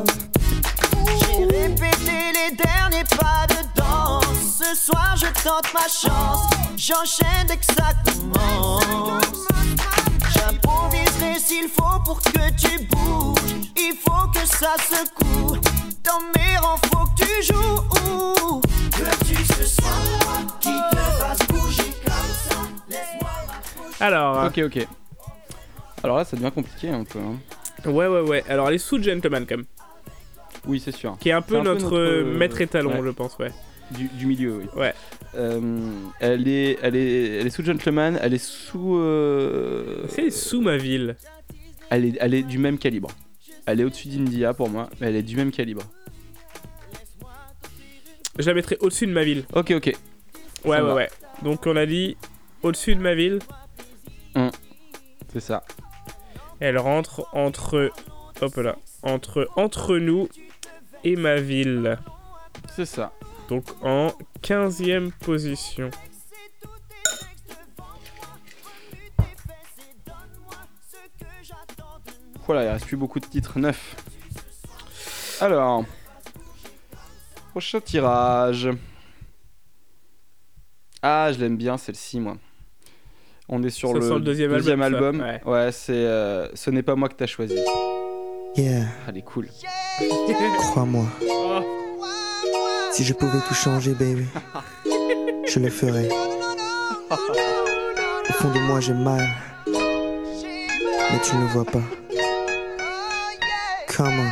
F: J'ai répété les derniers pas de danse. Ce soir, je tente ma chance. J'enchaîne dès que ça commence. J'improviserai s'il faut pour que tu bouges. Il faut que ça secoue. Dans mes rangs, faut que tu joues. Veux-tu ce soir qui te fasse bouger comme ça? Laisse-moi
C: Alors,
B: Ok, ok. Alors là, ça devient compliqué un peu. hein.
C: euh, ouais, ouais, ouais. Alors, elle est sous Gentleman, quand même.
B: Oui, c'est sûr.
C: Qui est un peu
B: C'est un peu
C: notre,
B: notre,
C: euh,
B: euh,
C: maître étalon,
B: ouais.
C: je pense, ouais.
B: Du, du milieu, oui.
C: Ouais.
B: Euh, elle, est, elle, est, elle est sous Gentleman, elle est sous. euh,
C: C'est sous ma ville.
B: elle, est, elle est du même calibre. Elle est au-dessus d'India pour moi, mais elle est du même calibre.
C: Je la mettrais au-dessus de ma ville.
B: Ok, ok.
C: Ouais,
B: Ça
C: ouais,
B: va.
C: ouais. Donc, on a dit au-dessus de ma ville.
B: C'est ça.
C: Elle rentre entre. Hop là. Entre Entre nous et ma ville.
B: C'est ça.
C: Donc en 15e position.
B: Voilà, il reste plus beaucoup de titres neufs. Alors, prochain tirage. Ah, je l'aime bien celle-ci, moi. On est sur
C: Ça sent
B: le,
C: le deuxième album,
B: album.
C: ça.
B: Ouais, c'est euh, Ce n'est pas moi que t'as choisi. Ah,
J: Yeah,
B: Elle est cool.
J: crois-moi. Si je pouvais tout changer, baby, je le ferais. Au fond de moi, j'ai mal. Mais tu ne le vois pas. Come on.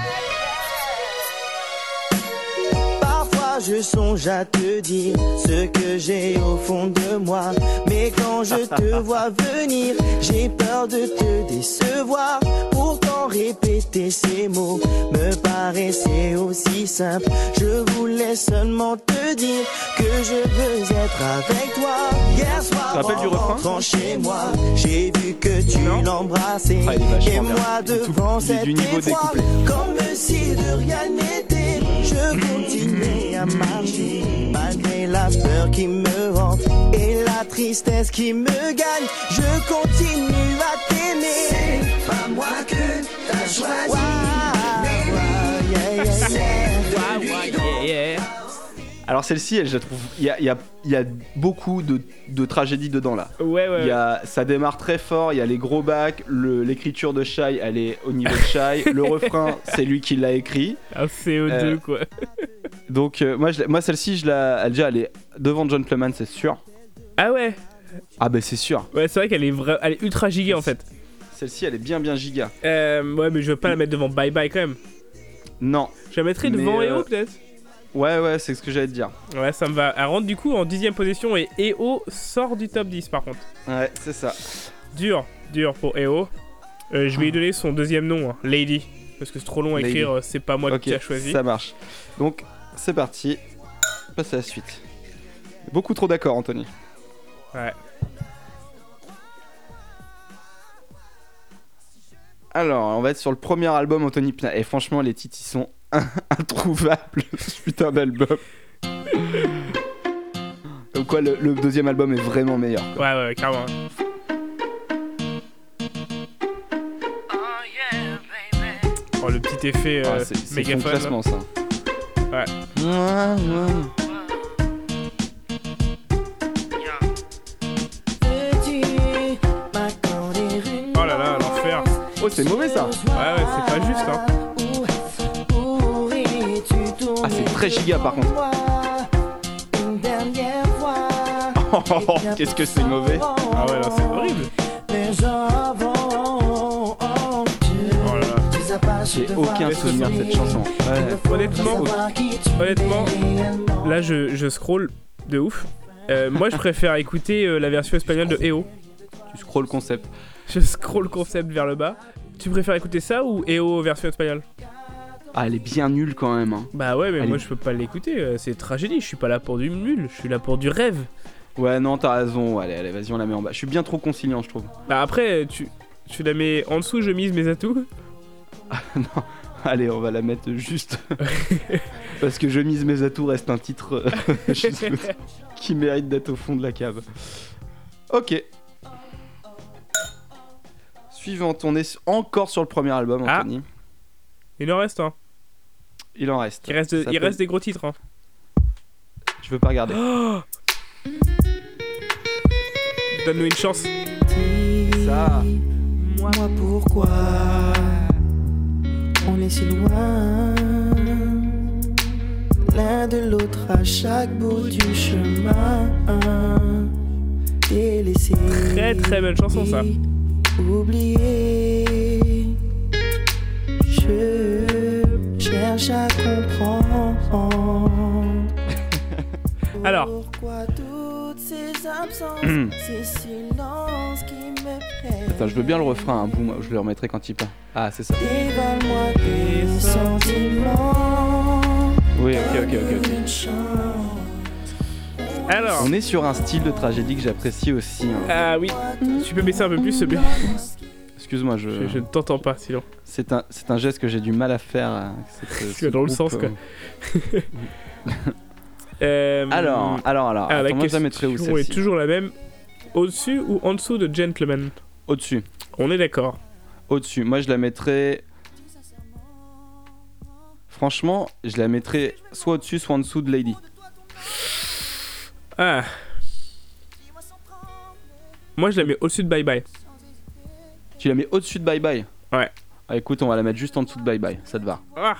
F: Parfois je songe à te dire ce que j'ai au fond de moi. Mais quand je te vois venir, j'ai peur de te décevoir. Pourtant répéter ces mots me paraissait aussi simple. Je voulais seulement te dire que je veux être avec toi. Hier soir,
B: rappelles du
F: en
B: refrain
F: rentrant chez moi, j'ai vu que tu l'embrassais.
B: Ah, il est vachement
F: Et
B: bien.
F: moi
B: Il est tout-
F: devant
B: il est
F: cette
B: du niveau des
F: étoile,
B: couplets.
F: comme si de rien n'était, je continuais à marcher malgré la peur qui me hante et la tristesse qui me gagne. Je continue à t'aimer. C'est pas moi que t'as choisi.
B: Alors celle-ci, elle, je la trouve, il y a, il y a- il y a beaucoup de, de tragédies dedans là.
C: Ouais, ouais.
B: Il y a, ça démarre très fort, il y a les gros bacs, le- l'écriture de Shai, elle est au niveau de Shai, le refrain, c'est lui qui l'a écrit.
C: Un CO2,
B: Euh,
C: quoi.
B: Donc euh, moi, je la- moi celle-ci, je la, elle, déjà, elle est devant John Plumman, c'est sûr.
C: Ah ouais
B: Ah ben c'est sûr.
C: Ouais, c'est vrai qu'elle est, vra- elle est ultra giga en fait.
B: Celle-ci, elle est bien bien giga.
C: Euh, ouais, mais je veux pas la mettre devant Bye Bye quand même.
B: Non.
C: Je la mettrais
B: Mais,
C: devant
B: euh,
C: EO peut-être
B: Ouais ouais, c'est ce que j'allais te dire.
C: Ouais, ça me va. Elle rentre du coup en 10 position et EO sort du top 10 par contre.
B: Ouais, c'est ça.
C: Dur, dur pour EO. Euh, je vais lui donner son deuxième nom, hein, Lady. Parce que c'est trop long à
B: Ah. Lady.
C: écrire, euh, c'est pas moi
B: ok,
C: qui a choisi.
B: ça marche. Donc c'est parti. Passe à la suite. Beaucoup trop d'accord, Anthony.
C: Ouais.
B: Alors, on va être sur le premier album Anthony Pina. Et franchement, les titres, ils sont introuvables. ce putain d'album. Comme quoi, le, le deuxième album est vraiment meilleur.
C: Ouais, ouais, hein. carrément. Oh, le petit effet
B: Ah,
C: euh,
B: c'est c'est
C: méga
B: son
C: fun.
B: classement, ça.
C: Ouais.
B: Mouah, mouah.
C: Oh là là, l'enfer.
B: Oh, c'est mauvais ça.
C: Ouais, ouais, c'est pas juste, hein.
B: Ah, c'est très giga par contre. Oh, oh, oh, Qu'est-ce que c'est mauvais.
C: Ah ouais, là, c'est horrible. Oh là là.
B: J'ai aucun souvenir de cette chanson. Ouais.
C: Honnêtement, honnêtement, là je, je scroll de ouf. Euh, moi je préfère écouter euh, la version espagnole de EO.
B: Tu scrolls concept.
C: Je scroll le concept vers le bas. Tu préfères écouter ça ou EO version espagnole
B: Ah, elle est bien nulle quand même. hein.
C: Bah ouais, mais
B: Allez.
C: moi je peux pas l'écouter, euh, c'est tragédie, je suis pas là pour du mule, je suis là pour du rêve.
B: Ouais, non, t'as raison. Allez, allez, vas-y, on la met en bas. Je suis bien trop conciliant, je trouve.
C: Bah après, tu, tu la mets en dessous, je mise mes atouts.
B: Non, allez, on va la mettre juste. Parce que Je mise mes atouts reste un titre euh, juste- qui mérite d'être au fond de la cave. Ok. Suivante, on est s- encore sur le premier album,
C: Ah.
B: Anthony.
C: Il en reste, hein.
B: Il en reste.
C: Il reste,
B: Ça
C: il
B: peut-
C: reste des gros titres, hein.
B: Je veux pas regarder.
C: Donne-nous une chance.
B: Ça.
K: Moi, pourquoi on est si loin l'un de l'autre à chaque bout du chemin Délaissé,
C: Très très belle chanson ça.
K: oublié. Je cherche à comprendre.
C: Alors,
K: Pourquoi toutes ces absences, ces silences qui me prennent
B: Attends, je veux bien le refrain, un bout, moi, je le remettrai quand il part. Ah, c'est ça.
K: Dévale-moi tes sentiments.
B: Oui, ok, ok, ok. ok.
K: Une chance.
C: alors.
B: On est sur un style de tragédie que j'apprécie aussi. hein.
C: Ah oui, tu peux baisser un peu plus ce
B: Excuse-moi, je.
C: Je, je ne t'entends pas, sinon.
B: C'est un, c'est un geste que j'ai du mal à faire. euh, cette- ce
C: dans le
B: groupe,
C: sens, quoi.
B: euh.
C: Euh,
B: alors, alors, alors. attends,
C: ah, la
B: moi, je la
C: question
B: mettrais où
C: est
B: celle-ci
C: toujours la même. Au-dessus ou en dessous de Gentleman
B: Au-dessus.
C: On est d'accord.
B: Au-dessus. Moi, je la mettrais. Franchement, je la mettrais soit au-dessus, soit en dessous de Lady.
C: Ah. Moi, je la mets au-dessus de Bye Bye.
B: Tu la mets au-dessus de Bye Bye
C: Ouais.
B: Ah, écoute, on va la mettre juste en dessous de Bye Bye, ça te va.
C: Ah.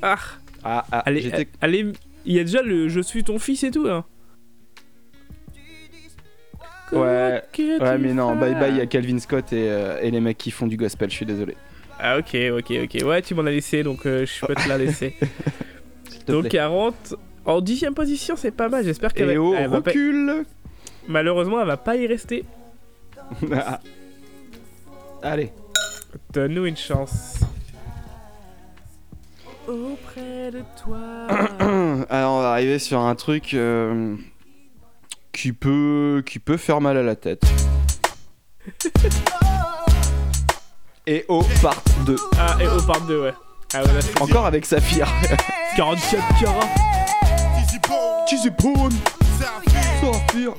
C: Ah.
B: Ah, ah,
C: Allez, euh,
B: j'étais-
C: allez, il y a déjà le Je suis ton fils et tout, là.
B: Ouais.
C: Que
B: Ouais,
C: tu
B: mais non,
C: fais
B: Bye Bye, il y a Calvin Scott et, euh, et les mecs qui font du gospel, je suis désolé.
C: Ah, ok, ok, ok. Ouais, tu m'en as laissé, donc euh, je peux te la laisser.
B: te
C: donc
B: plaît.
C: 40. En dixième position, c'est pas mal. J'espère qu'elle
B: Et
C: va-
B: oh,
C: elle va pas-
B: recul
C: Malheureusement, elle va pas y rester.
B: Ah. Allez.
C: Donne-nous une chance. Auprès de toi.
B: Alors, on va arriver sur un truc euh, qui, peut, qui peut faire mal à la tête. et oh, part 2.
C: ah, et au part 2, ouais. Ah, voilà.
B: Encore avec Saphir.
C: 44 carats.
B: Cheesy Prawn Saphir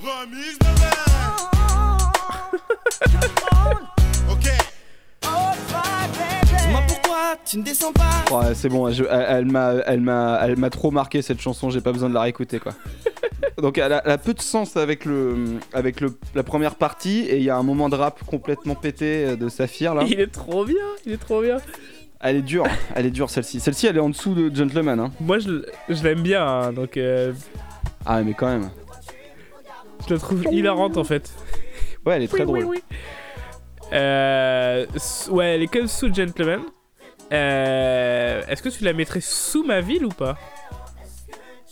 L: Dis-moi pourquoi tu ne descends pas
B: Ouais, c'est bon, je- elle, elle m'a, elle, m'a, elle m'a trop marqué cette chanson, j'ai pas besoin de la réécouter quoi. Donc elle a, elle a peu de sens avec, le, avec le, la première partie et il y a un moment de rap complètement pété euh, de Saphir là.
C: Il est trop bien, il est trop bien.
B: Elle est dure, elle est dure celle-ci. Celle-ci elle est en dessous de Gentleman. Hein.
C: Moi, je, l- je l'aime bien, hein, donc euh,
B: Ah mais quand même.
C: je la trouve hilarante en fait.
B: Ouais, elle est très drôle.
C: Euh, s- ouais, elle est comme sous Gentleman. Euh, Est-ce que tu la mettrais sous ma ville ou pas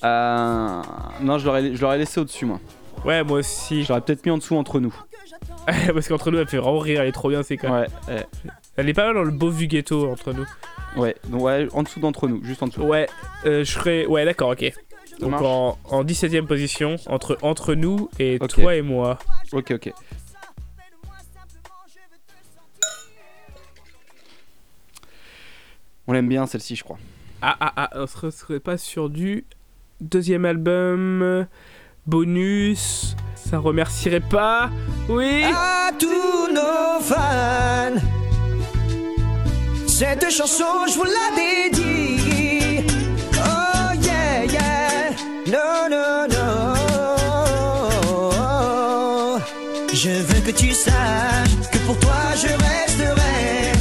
B: Euh, non, je l'aurais, je l'aurais laissé au-dessus moi.
C: Ouais, moi aussi.
B: Je l'aurais peut-être mis en dessous entre nous.
C: Parce qu'entre nous, elle fait vraiment rire, elle est trop bien, c'est quoi.
B: Ouais, ouais,
C: Elle est pas mal dans le beau vu ghetto entre nous.
B: ouais, donc, ouais, en dessous d'entre nous, juste en dessous.
C: Ouais, euh, je serais. Ouais, d'accord, ok.
B: Ça
C: Donc
B: marche
C: en, en 17 e position, entre, entre nous et
B: Ok.
C: toi et moi.
B: Ok, ok. On l'aime bien celle-ci, je crois.
C: Ah ah ah, on serait, serait pas sur du deuxième album, euh, bonus, ça remercierait pas, oui
F: à tous nos fans. Cette chanson, je vous la dédie. Oh yeah, yeah, non, non, non. Je veux que tu saches que pour toi, je resterai.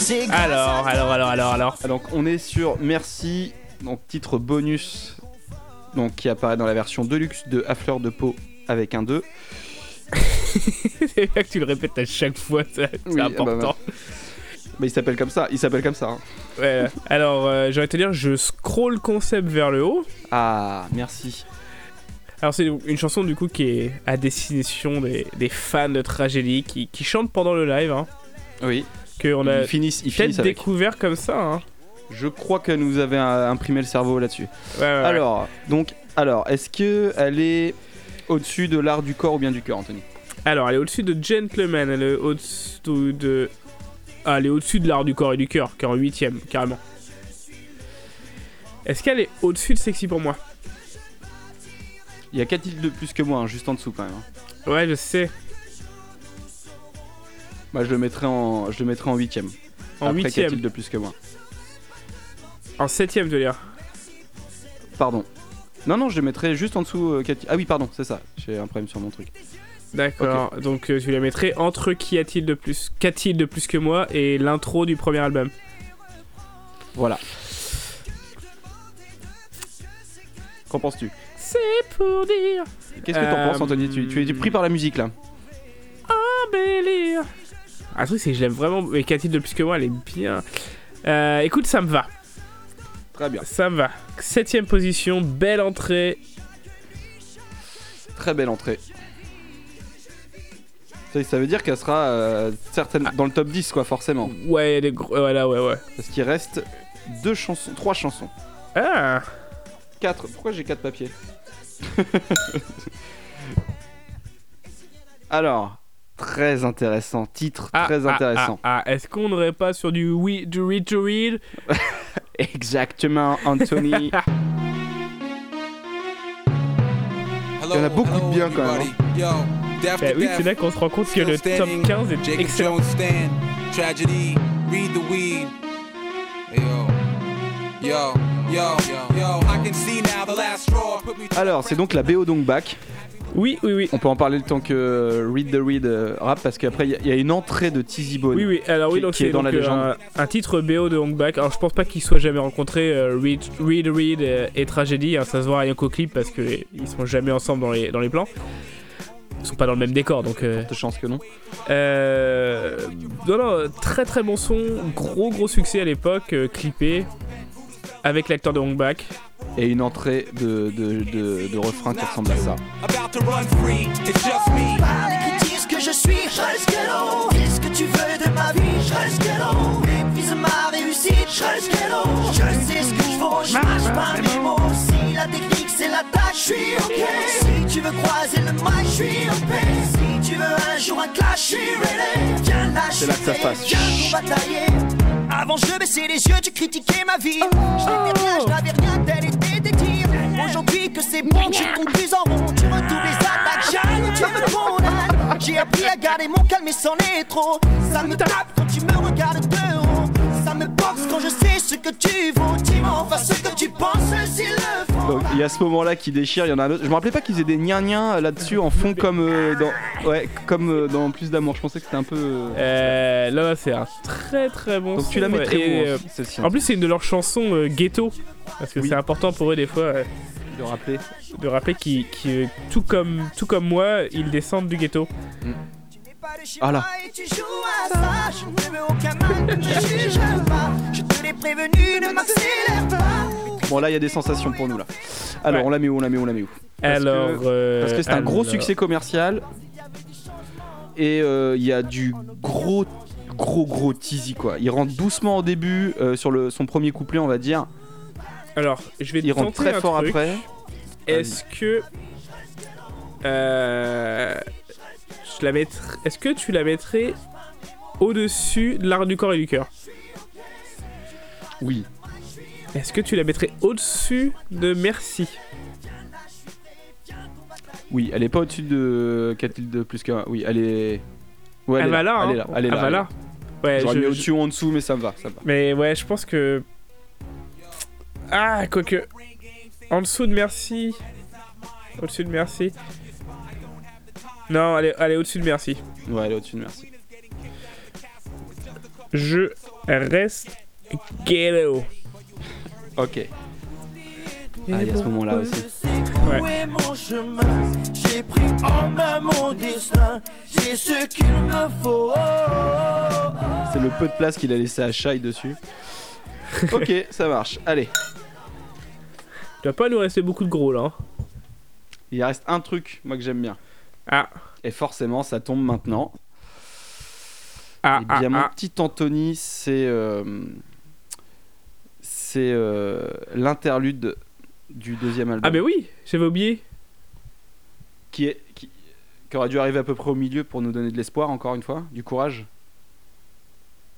F: C'est grâce
C: Alors,
F: à
C: alors, alors, alors, alors.
B: Ah, donc on est sur Merci, donc titre bonus, donc qui apparaît dans la version deluxe de À fleur de peau avec un 2.
C: C'est bien que tu le répètes à chaque fois, ça, c'est
B: Oui, ah bah
C: important.
B: Mais Bah, il s'appelle comme ça, il s'appelle comme ça. hein.
C: Ouais, alors, euh, j'aurais te dire, je scroll le concept vers le haut.
B: Ah, merci.
C: Alors, c'est une chanson du coup qui est à destination des, des fans de tragédie qui, qui chantent pendant le live, hein,
B: Oui,
C: que on a
B: ils finissent, ils
C: peut-être
B: finissent avec.
C: découvert comme ça. Hein.
B: Je crois qu'elle nous avait euh, imprimé le cerveau là-dessus.
C: Ouais, ouais, ouais.
B: Alors, donc, alors, est-ce que elle est au-dessus de l'art du corps ou bien du cœur, Anthony
C: Alors, elle est au-dessus de Gentleman, elle est au-dessus de. Ah, elle est au-dessus de l'art du corps et du cœur, qui est en huitième, carrément. Est-ce qu'elle est au-dessus de Sexy pour moi
B: Il y a 4 titres de plus que moi, hein, juste en dessous quand même. hein.
C: Ouais, je sais.
B: Bah, je le mettrai en, je le mettrai en huitième.
C: En
B: Après quatre
C: huitième,
B: titres de plus que moi.
C: en septième de l'air.
B: Pardon. Non, non, je le mettrai juste en dessous. euh, quatre- Ah oui, pardon, c'est ça. J'ai un problème sur mon truc.
C: D'accord, donc euh, tu la mettrais entre Qu'y a-t-il de plus Qu'a-t-il de plus que moi et l'intro du premier album
B: Voilà. Qu'en penses-tu
C: C'est pour dire
B: Qu'est-ce que t'en
C: Euh,
B: penses, Anthony tu, tu es pris par la musique là.
C: embellir. Un Ah, truc, c'est que je l'aime vraiment, mais Qu'a-t-il de plus que moi Elle est bien. Euh, écoute, ça me va.
B: Très bien.
C: Ça me va. Septième position, belle entrée.
B: Très belle entrée. Ça, ça veut dire qu'elle sera euh, certaine dans le top 10 quoi, forcément.
C: Ouais, elle est gros. Voilà, ouais, ouais.
B: Parce qu'il reste deux chansons, trois chansons.
C: Ah
B: Quatre. Pourquoi j'ai quatre papiers Alors, très intéressant, titre très
C: ah,
B: intéressant.
C: Ah, ah, est-ce qu'on n'aurait pas sur du, oui, du read to read
B: Exactement, Anthony. Il y en a beaucoup de bien quand même. hein. Bah
C: Ben oui, c'est là qu'on se rend compte que le top 15 est
D: Jacob
C: excellent.
D: Jones stand. Tragedy. Read the weed. Yo. Yo. Yo. Yo. I can see now the last straw. Put me
B: hein. Alors, c'est donc la BO donc back.
C: Oui, oui, oui.
B: On peut en parler le temps que euh, Read the Read euh, rap parce qu'après il y a- il y, a une entrée de Tizzy Bone.
C: Oui, oui, alors oui,
B: Qui-
C: donc
B: qui est
C: c'est
B: dans la
C: donc,
B: légende.
C: euh, un, un titre BO de Hongback. Alors je pense pas qu'il soit jamais rencontré euh, Reed, Reed, Reed, euh, et Tragédie. hein, ça se voit rien qu'au clip parce qu'ils sont jamais ensemble dans les, dans les plans. Ils sont pas dans le même décor donc. euh,
B: Forte chance que non.
C: euh, non, non, très très bon son. Gros gros succès à l'époque, euh, clippé. Avec l'acteur de Hongback.
B: Et une entrée de, de, de, de refrain qui ressemble à ça.
D: About to run free. It's just me.
F: Parle et qui dit ce que je suis, je reste l'eau. Dis ce que tu veux de ma vie, je reste l'eau. Méprise ma réussite, je reste l'eau. Je sais ce que je vaux, je mâche pas mes mots. Si la technique c'est l'attaque, je suis ok. Si tu veux croiser le mic, je suis en paix. Si tu veux un jour un clash, je suis ready. Viens là,
B: C'est là que ça se passe.
F: Viens nous batailler. Avant je baissais les yeux, tu critiquais ma vie. Je n'avais rien, je n'avais rien, tel était détective. Aujourd'hui que c'est bon, tu tombes plus en rond. Tu retournes les attaques, jaloux, tu me condamnes. J'ai appris à garder mon calme et c'en est trop. Ça me tape quand tu me regardes de haut. Ça me boxe quand je sais ce que tu vaux. Dis-moi enfin ce que tu penses, s'il le faut.
B: Donc, il y a ce moment-là qui déchire, il y en a un autre. Je me rappelais pas qu'ils faisaient des gnagnins là-dessus en fond comme euh, dans ouais, comme euh, dans Plus d'amour. Je pensais que c'était un peu euh,
C: Euh, là, là, c'est un très très bon
B: Donc
C: son,
B: tu la mets
C: ouais,
B: très
C: et,
B: haut,
C: euh,
B: hein, celle-ci.
C: En plus, c'est une de leurs chansons euh, ghetto. Parce que
B: Oui.
C: c'est important pour eux, des fois, euh,
B: de rappeler.
C: de rappeler qu'ils, qu'ils- tout, comme, tout comme moi, ils descendent du ghetto.
B: Ah là.
F: Et tu joues à ça, je ne veux aucun mal, ne me juge pas. Je te l'ai prévenu, ne m'accélère pas.
B: Bon là, il y a des sensations pour nous là. Alors,
C: Ouais.
B: on la met où On la met où On la met où Parce que-
C: alors. euh,
B: Parce que c'est un gros
C: alors-
B: succès commercial. Et euh, il y a du gros, gros, gros teasy quoi. Il rentre doucement au début, euh, sur le, son premier couplet, on va dire.
C: Alors, je vais
B: Il rentre
C: tenter
B: très
C: un
B: fort
C: truc.
B: après.
C: Est-ce que. Euh, je la mettrai- Est-ce que tu la mettrais au-dessus de l'art du corps et du cœur
B: Oui.
C: Est-ce que tu la mettrais au-dessus de Merci
B: Oui, elle est pas au-dessus de Clotilde plus qu'un. Oui, elle est. Ouais, elle,
C: Ah
B: est
C: bah là,
B: elle
C: hein.
B: est là. Elle est
C: Ah
B: là.
C: bah
B: elle est là.
C: là. Ouais,
B: J'aurais
C: je-
B: mis
C: je-
B: au-dessus ou en dessous, mais ça me va. Ça me va.
C: Mais ouais, je pense que. Ah, quoique. En dessous de merci. Au-dessus de merci. Non, allez, allez au-dessus de merci.
B: Ouais, elle est au-dessus, merci.
C: Je reste ghetto.
B: Ok. Ah, il y a ce moment-là aussi.
C: Ouais.
F: Où est mon chemin J'ai pris en main mon destin. J'ai ce qu'il me faut.
B: C'est le peu de place qu'il a laissé à Shai dessus. ok, ça marche. Allez,
C: Il doit pas nous rester beaucoup de gros là. hein.
B: il reste un truc, moi, que j'aime bien.
C: Ah,
B: Et forcément, ça tombe maintenant.
C: ah,
B: Eh
C: ah,
B: bien, mon
C: ah.
B: petit Anthony, c'est euh, c'est euh, l'interlude du deuxième album
C: Ah, mais oui, j'avais oublié.
B: qui est qui, qui aurait dû arriver à peu près au milieu pour nous donner de l'espoir encore une fois, du courage.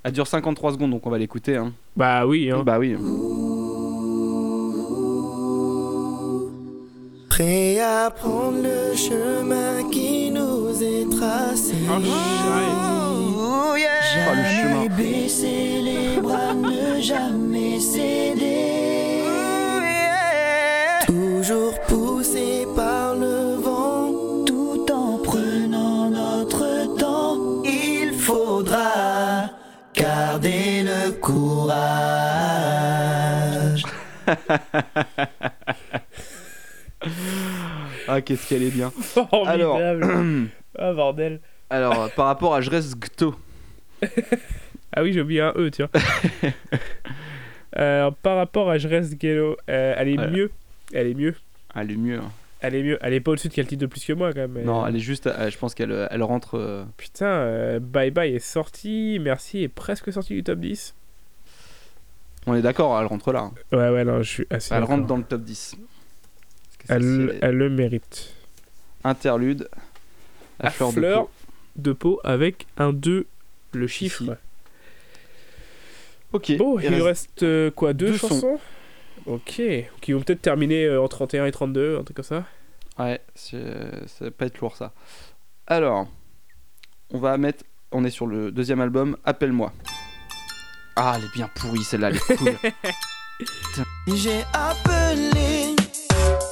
B: Elle dure 53 secondes, donc on va l'écouter. hein.
C: Bah oui, hein.
B: Bah oui.
M: Prêt à prendre le chemin qui nous est tracé.
B: Ah, Pas le chemin.
M: Jamais baisser les bras, ne jamais céder. Toujours poussé par le vent, tout en prenant notre temps. Il faudra garder le courage.
B: Ah qu'est-ce qu'elle est bien.
C: Formidable. ah, bordel.
B: Alors euh, par rapport à Je reste Gto,
C: Ah oui, j'ai oublié un E, tiens. Euh, par rapport à Je reste ghetto, euh, elle est
B: Ouais.
C: mieux. Elle est mieux.
B: elle est mieux. hein.
C: Elle est mieux. Elle est pas au-dessus de quel titre de plus que moi quand même. mais-
B: Non, elle est juste. euh, je pense qu'elle euh, elle rentre. euh,
C: Putain, euh, Bye Bye est sorti, Merci est presque sorti du top 10.
B: on est d'accord, elle rentre là. hein.
C: Ouais, ouais, non, je suis assez.
B: Elle
C: d'accord.
B: rentre dans le top 10. Parce que ça,
C: Elle,
B: c'est
C: elle le mérite.
B: Interlude.
C: À
B: fleur, de
C: fleur.
B: peau.
C: de peau avec un 2, le chiffre.
B: Ok.
C: Bon,
B: il
C: il nous
B: reste-
C: reste euh, quoi Deux,
B: deux sons.
C: chansons Ok. Qui vont peut-être terminer euh, en 31 et 32, un truc comme ça.
B: Ouais, c'est- ça va pas être lourd ça. Alors, on va mettre. On est sur le deuxième album, Appelle-moi. Ah, elle est bien pourrie celle-là, elle est cool.
F: J'ai appelé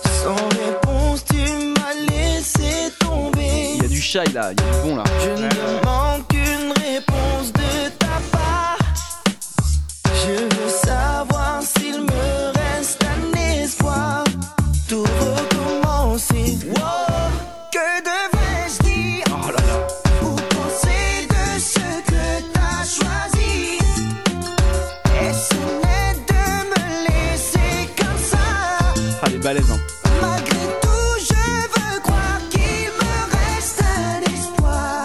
F: sans réponse, tu m'as laissé tomber.
B: Il y a du shy là, il y a du bon là.
F: Je ne demande qu'une réponse de ta part. Je veux savoir s'il me reste un espoir. Tout recommencer. Wow. Que devrais-je dire Ou penser de ce que t'as choisi Est-ce honnête de me laisser comme ça
B: Ah, les balaises, hein.
F: Malgré tout, je veux croire qu'il me reste un espoir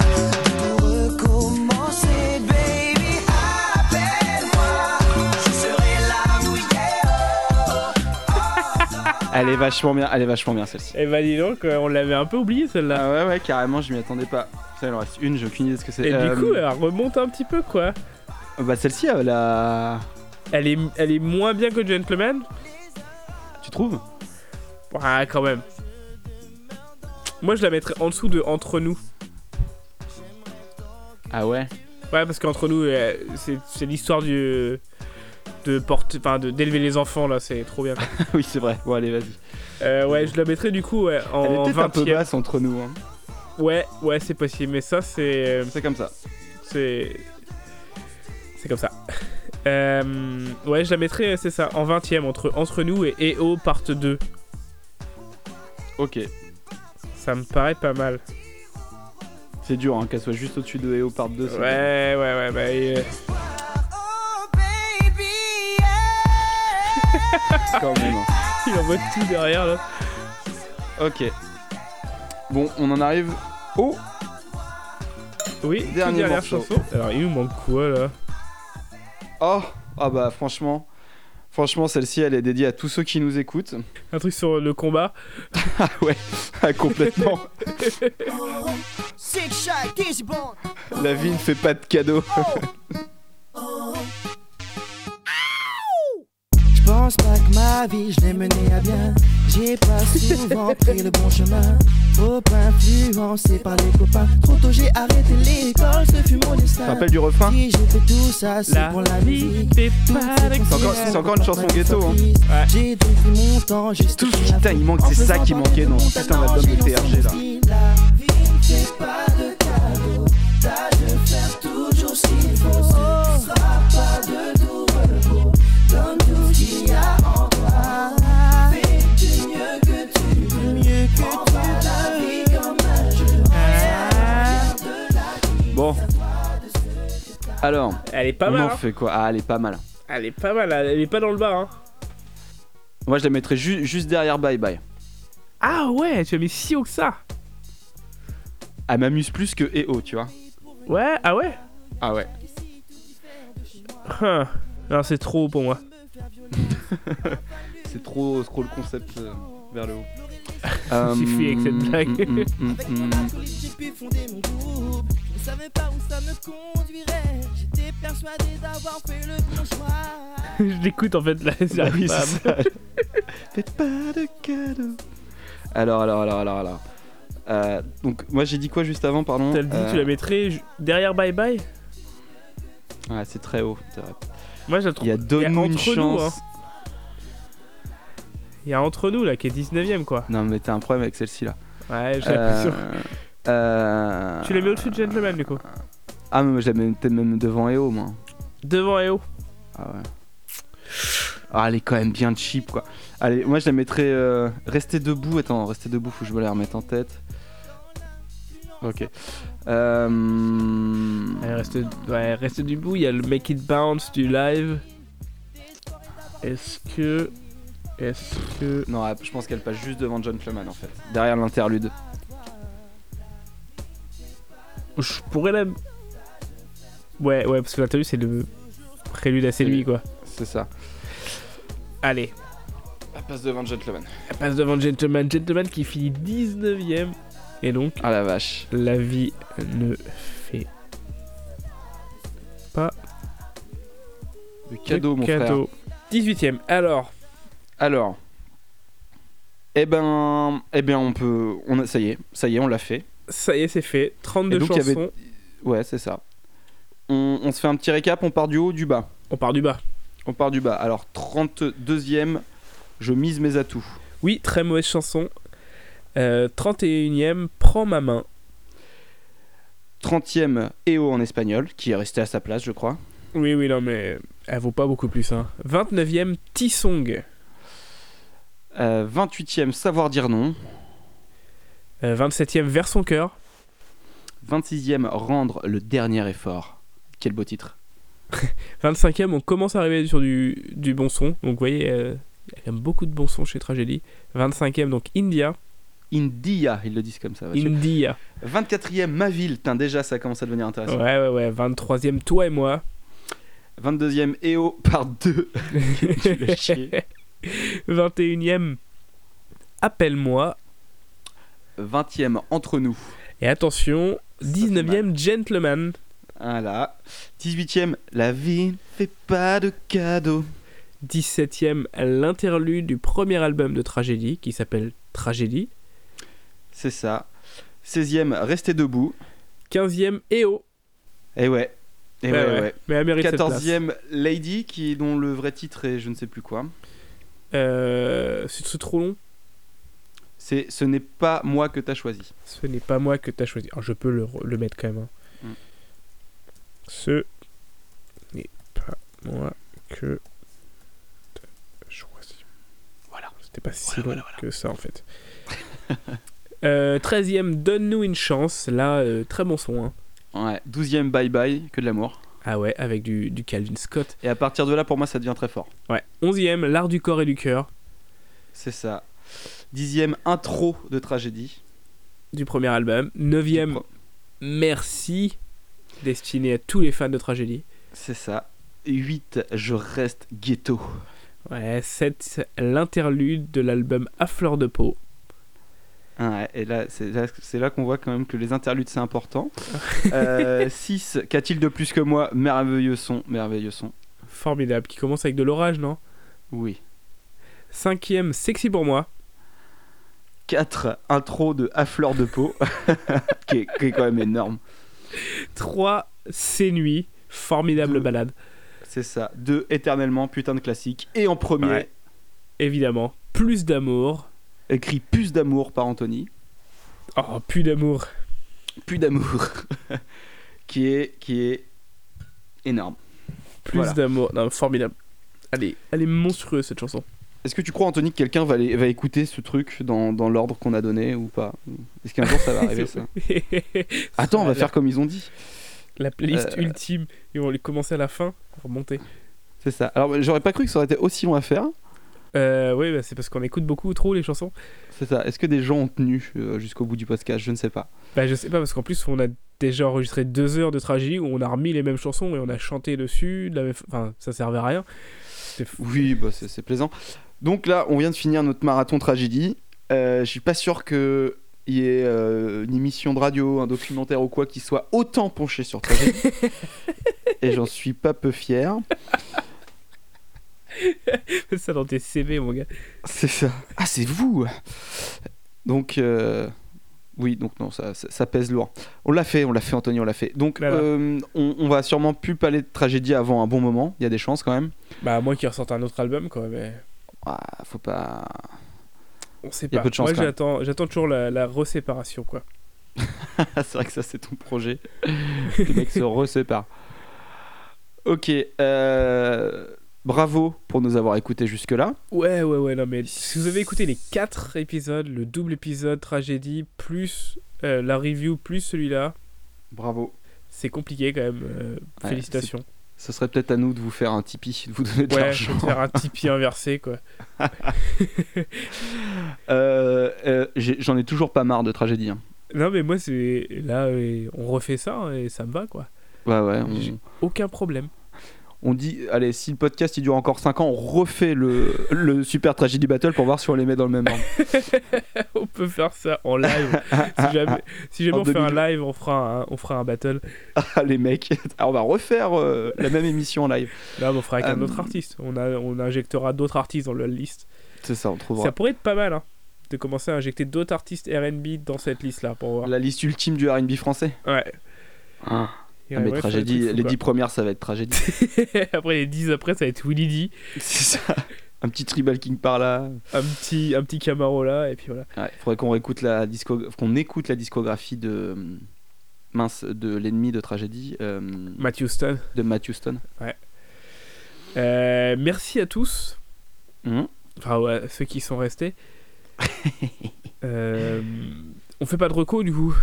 F: Pour recommencer, baby, appelle-moi Je serai là où
B: Elle est vachement bien, elle est vachement bien celle-ci.
C: Et bah dis donc, euh, on l'avait un peu oublié celle-là.
B: Ah ouais, ouais, carrément, je m'y attendais pas. Ça, il en reste une, j'ai aucune idée de ce que c'est.
C: Et
B: Euh,
C: du coup, elle remonte un petit peu quoi.
B: Bah, celle-ci, elle a.
C: Elle est, elle est moins bien que Gentleman
B: Tu trouves
C: Ouais, quand même. Moi, je la mettrais en dessous de Entre nous.
B: Ah ouais
C: Ouais, parce qu'entre nous, euh, c'est c'est l'histoire du. de porter. Enfin, de- d'élever les enfants là, c'est trop bien. quoi.
B: Oui, c'est vrai. Bon, allez, vas-y.
C: Euh, ouais, je la mettrais du coup ouais, en
B: Elle est peut-être un
C: 20
B: peu basse entre nous. hein.
C: Ouais, ouais, c'est possible, mais ça, c'est.
B: C'est comme ça.
C: C'est. C'est comme ça. Euh, ouais, je la mettrais, c'est ça, en 20 e entre Entre nous et EO Part 2.
B: Ok.
C: Ça me paraît pas mal.
B: C'est dur hein, qu'elle soit juste au-dessus de EO par 2.
C: Ouais, ouais, ouais, bah. et, euh,
F: Oh,
B: Quand même. hein.
C: il envoie tout derrière là.
B: Ok. Bon, on en arrive au.
C: Oui, toute
B: Dernier
C: dernière
B: morceau.
C: chanson. Alors, il nous manque quoi là
B: Oh Ah bah, franchement. Franchement, celle-ci, elle est dédiée à tous ceux qui nous écoutent.
C: Un truc sur le combat
B: Ah ouais, ah, complètement.
N: Six shot, Dizzy Bone.
B: La vie ne fait pas de cadeaux.
N: Je pense pas que ma vie, je l'ai menée à bien. J'ai pas souvent pris le bon chemin. Trop influencé par les copains. Trop tôt, j'ai arrêté l'école, ce fut mon destin.
B: Rappelle du refrain
N: Si j'ai fait tout ça, c'est
C: La
N: pour la vie.
C: fait
N: Toutes
C: pas
N: ces
C: de
N: conquêtes,
B: C'est encore- c'est encore une chanson ghetto, hein.
C: Ouais.
N: J'ai donc pris mon temps, j'ai
B: Tout,
N: stocké la
B: putain, il manque, c'est ça qui manquait dans ce putain d'album de TRG là.
N: La vie ne fait pas de cadeaux. T'as de faire toujours ce qu'il faut. Ce ne sera pas de tout repos. Donne tout ce qu'il y a en toi. Fais du mieux que tu peux. Mieux que tu la vie comme un jeu.
B: Bon. Alors,
C: Elle est pas
B: on
C: mal.
B: en
C: hein.
B: fait quoi Ah, elle est pas mal.
C: Elle est pas mal. Elle est pas dans le bas. Hein.
B: Moi, je la mettrais ju- juste derrière Bye Bye.
C: Ah ouais, tu as mis si haut que ça.
B: Elle m'amuse plus que EO, tu vois.
C: Ouais, ah ouais.
B: Ah ouais.
C: Hein. Non, c'est trop haut pour moi.
B: C'est trop, trop le concept euh, vers le haut.
C: Suffit avec cette blague.
B: mm, mm, mm, mm.
N: J'ai pu fonder mon groupe. Je ne savais pas où ça me conduirait. J'étais persuadé d'avoir fait le bon choix.
C: Je l'écoute en fait là.
B: Ah
C: j'arrive
B: oui,
C: pas à-
B: c'est ça. Faites pas de cadeaux. Alors, alors, alors, alors, alors. Euh, donc, moi j'ai dit quoi juste avant, pardon
C: T'as dit que tu la
B: Euh,
C: mettrais ju- derrière Bye Bye
B: ouais, c'est très haut. t'as raison.
C: Moi, je la
B: Il
C: trouve.
B: y a Donne-nous une
C: entre nous, hein.
B: chance.
C: Il y a entre nous là qui est 19ème quoi.
B: Non, mais t'as un problème avec celle-ci là.
C: Ouais, j'ai l'impression.
B: Euh, euh,
C: Tu l'as mis au-dessus de Gentleman du coup.
B: Ah, mais moi, je la mets peut-être même devant EO, moi.
C: Devant et haut.
B: Ah ouais. Ah, elle est quand même bien cheap quoi. Allez, moi je la mettrais. euh, Rester debout. Attends, rester debout, faut que je me la remette en tête. Ok. Euh...
C: Ouais, reste, ouais, reste du bout, il y a le Make It Bounce du live. Est-ce que. Est-ce que.
B: Non, ouais, je pense qu'elle passe juste devant John Fleman en fait. Derrière l'interlude.
C: Je pourrais la. Ouais, ouais, parce que l'interview c'est le prélude à c'est lui quoi.
B: C'est ça.
C: Allez,
B: Elle passe devant John Fleman.
C: elle passe devant Gentleman. Gentleman qui finit 19ème Et donc,
O: ah la vache,
C: la vie ne fait pas
B: de cadeau,
C: de
B: mon
C: cadeau. 18ème, alors,
B: frère. Alors, eh ben, eh ben, on peut, on a- ça y est, ça y est, on l'a fait.
C: ça y est, c'est fait. 32
B: Et donc, il y
C: chansons.
B: avait- Ouais, c'est ça. On, on se fait un petit récap, on part du haut, du bas.
C: On part du bas.
B: On part du bas. Alors, 32e, je mise mes atouts.
C: Oui, très mauvaise chanson. Euh, 31ème, Prends ma main.
B: 30e, EO en espagnol, qui est resté à sa place, je crois.
C: Oui, oui, non, mais elle vaut pas beaucoup plus. Hein. 29ème, T-Song.
B: Euh, 28e, savoir dire non.
C: 27ème, Euh, Vers son cœur.
B: 26e, rendre le dernier effort. Quel beau titre.
C: 25ème, on commence à arriver sur du, du bon son. Donc, vous voyez, euh, il y a quand même beaucoup de bon son chez Tragédie. 25ème, donc India.
B: India, ils le disent comme ça. vas-y.
C: India.
B: 24e, ma ville. Tain, déjà, ça commence à devenir
C: Ouais,
B: intéressant.
C: ouais, ouais. 23ème, Toi et moi.
B: 22e, EO par 2.
C: 21ème, Appelle-moi.
B: 20e, entre nous.
C: Et attention, 19ème, Gentleman.
B: Voilà. 18e, Ah la vie ne fait pas de cadeaux.
C: 17ème, l'interlude du premier album de Tragédie qui s'appelle Tragédie.
B: C'est ça. 16e, rester debout.
C: 15ème, EO.
B: Et ouais. Et
C: E
B: ouais,
C: Eh Ouais, ouais.
B: ouais.
C: Mais elle mérite cette place.
B: 14e, Lady, qui dont le vrai titre est je ne sais plus quoi.
C: Euh, c'est c'est trop long.
B: C'est Ce n'est pas moi que t'as choisi.
C: Ce n'est pas moi que t'as choisi. Alors, je peux le, re- le mettre quand même. hein.
B: Mm.
C: Ce n'est pas moi que t'as choisi.
B: Voilà.
C: C'était pas si long que ça en fait. euh, 13ème, Donne-nous une chance. Là, euh, très bon son. hein.
B: Ouais. 12e, Bye Bye, que de l'amour.
C: Ah ouais, avec du, du Calvin Scott.
B: Et à partir de là, pour moi, ça devient très fort.
C: Ouais. 11ème, L'art du corps et du cœur.
B: C'est ça. 10e, intro de tragédie.
C: du premier album. Neuvième, Merci, destiné à tous les fans de tragédie.
B: C'est ça. 8, je reste ghetto.
C: Ouais, 7, l'interlude de l'album À fleur de peau.
B: Ouais, Ah, et là, c'est là, c'est là qu'on voit quand même que les interludes, c'est important. 6, qu'a-t-il de plus que moi Merveilleux son, merveilleux son.
C: Formidable, qui commence avec de l'orage, non
B: Oui.
C: Cinquième, Sexy pour moi.
B: 4, intro de À fleur de peau, qui, est, qui est quand même énorme.
C: 3, C'est nuit. Formidable
B: Deux.
C: balade,
B: C'est ça. 2, éternellement, putain de classique. Et en premier,
C: Ouais. évidemment. Plus d'amour.
B: écrit Puce d'amour par Anthony.
C: Oh, plus d'amour.
B: Plus d'amour, qui, est, qui est énorme.
C: Plus
B: Voilà.
C: d'amour. Non, formidable. Elle est, elle est monstrueuse cette chanson.
B: Est-ce que tu crois, Anthony, que quelqu'un va, aller- va écouter ce truc dans, dans l'ordre qu'on a donné ou pas Est-ce qu'un jour ça va arriver ça Attends, on va
C: la-
B: faire comme ils ont dit.
C: La playlist
B: Euh.
C: ultime. Et on va les commencer à la fin. Remonter.
B: C'est ça. Alors, j'aurais pas cru que ça aurait été aussi long à faire.
C: Euh, oui, bah, c'est parce qu'on écoute beaucoup trop les chansons.
B: C'est ça. Est-ce que des gens ont tenu euh, jusqu'au bout du podcast Je ne sais pas.
C: Bah, je sais pas, parce qu'en plus, on a déjà enregistré deux heures de tragédie où on a remis les mêmes chansons et on a chanté dessus. de la même f- Enfin, ça servait à rien. C'est fou.
B: Oui, bah, c'est c'est plaisant. Donc là, on vient de finir notre marathon tragédie. Euh, je suis pas sûr que il y ait euh, une émission de radio, un documentaire ou quoi qui soit autant penché sur tragédie. Et j'en suis pas peu fier.
C: Fais ça dans tes CV, mon gars.
B: C'est ça. Ah, c'est vous Donc, euh, oui, donc non, ça, ça, ça pèse lourd. On l'a fait, on l'a fait, Anthony, on l'a fait. Donc,
C: Voilà.
B: euh, on, on va sûrement plus parler de tragédie avant un bon moment. Il y a des chances quand même.
C: Bah, à moins qu'il ressorte un autre album, quoi, mais
B: Ah, faut pas.
C: on sait
B: Y a
C: pas.
B: peu de chance,
C: Moi,
B: quand même.
C: j'attends, j'attends toujours la, la reséparation, quoi.
B: c'est vrai que ça, c'est ton projet. Les mecs se reséparent. Ok. euh, bravo pour nous avoir écoutés jusque-là.
C: Ouais, ouais, ouais, non, mais si vous avez écouté les quatre épisodes, le double épisode tragédie, plus euh, la review, plus celui-là,
B: Bravo.
C: c'est compliqué quand même. euh,
B: Ouais,
C: félicitations.
B: Ce serait peut-être à nous de vous faire un Tipeee, de vous donner de
C: Ouais, je
B: l'argent.
C: vais te faire un Tipeee inversé, quoi.
B: Euh, euh, j'ai- J'en ai, toujours pas marre de tragédie. hein.
C: Non, mais moi, c'est là, euh, on refait ça et ça me va, quoi.
B: Ouais, ouais. on-
C: J'ai- Aucun problème.
B: on dit, allez, si le podcast il dure encore 5 ans, on refait le, le Super Tragedy Battle pour voir si on les met dans le même ordre.
C: on peut faire ça en live. si jamais, si jamais
B: En
C: on fait un
B: 2000.
C: live, on fera un, on fera un battle.
B: Ah, les mecs, Ah, on va refaire euh, la même émission en live.
C: Là, on fera avec un
B: Euh,
C: autre artiste. On, a, on injectera d'autres artistes dans la liste.
B: C'est ça, on trouvera.
C: Ça pourrait être pas mal, hein, de commencer à injecter d'autres artistes RB dans cette liste-là pour voir.
B: La liste ultime du RB français.
C: Ouais.
B: Ah,
C: Il y
B: Ah, mais
C: aurait vraiment des trucs
B: tragédie,
C: fous,
B: les
C: quoi.
B: 10 premières, ça va être tragédie.
C: après les 10 après, ça va être Willy D.
B: C'est ça. Un petit Tribal King par là.
C: Un petit, un petit Camaro là, et puis voilà.
B: Ouais, faudrait qu'on réécoute la disco... qu'on écoute la discographie de hum, mince de l'ennemi de tragédie euh,
C: Matthew Stone.
B: de Matthew Stone.
C: Ouais. Euh, merci à tous.
B: Mhm.
C: Enfin, ouais, ceux qui sont restés. Euh, on fait pas de reco du coup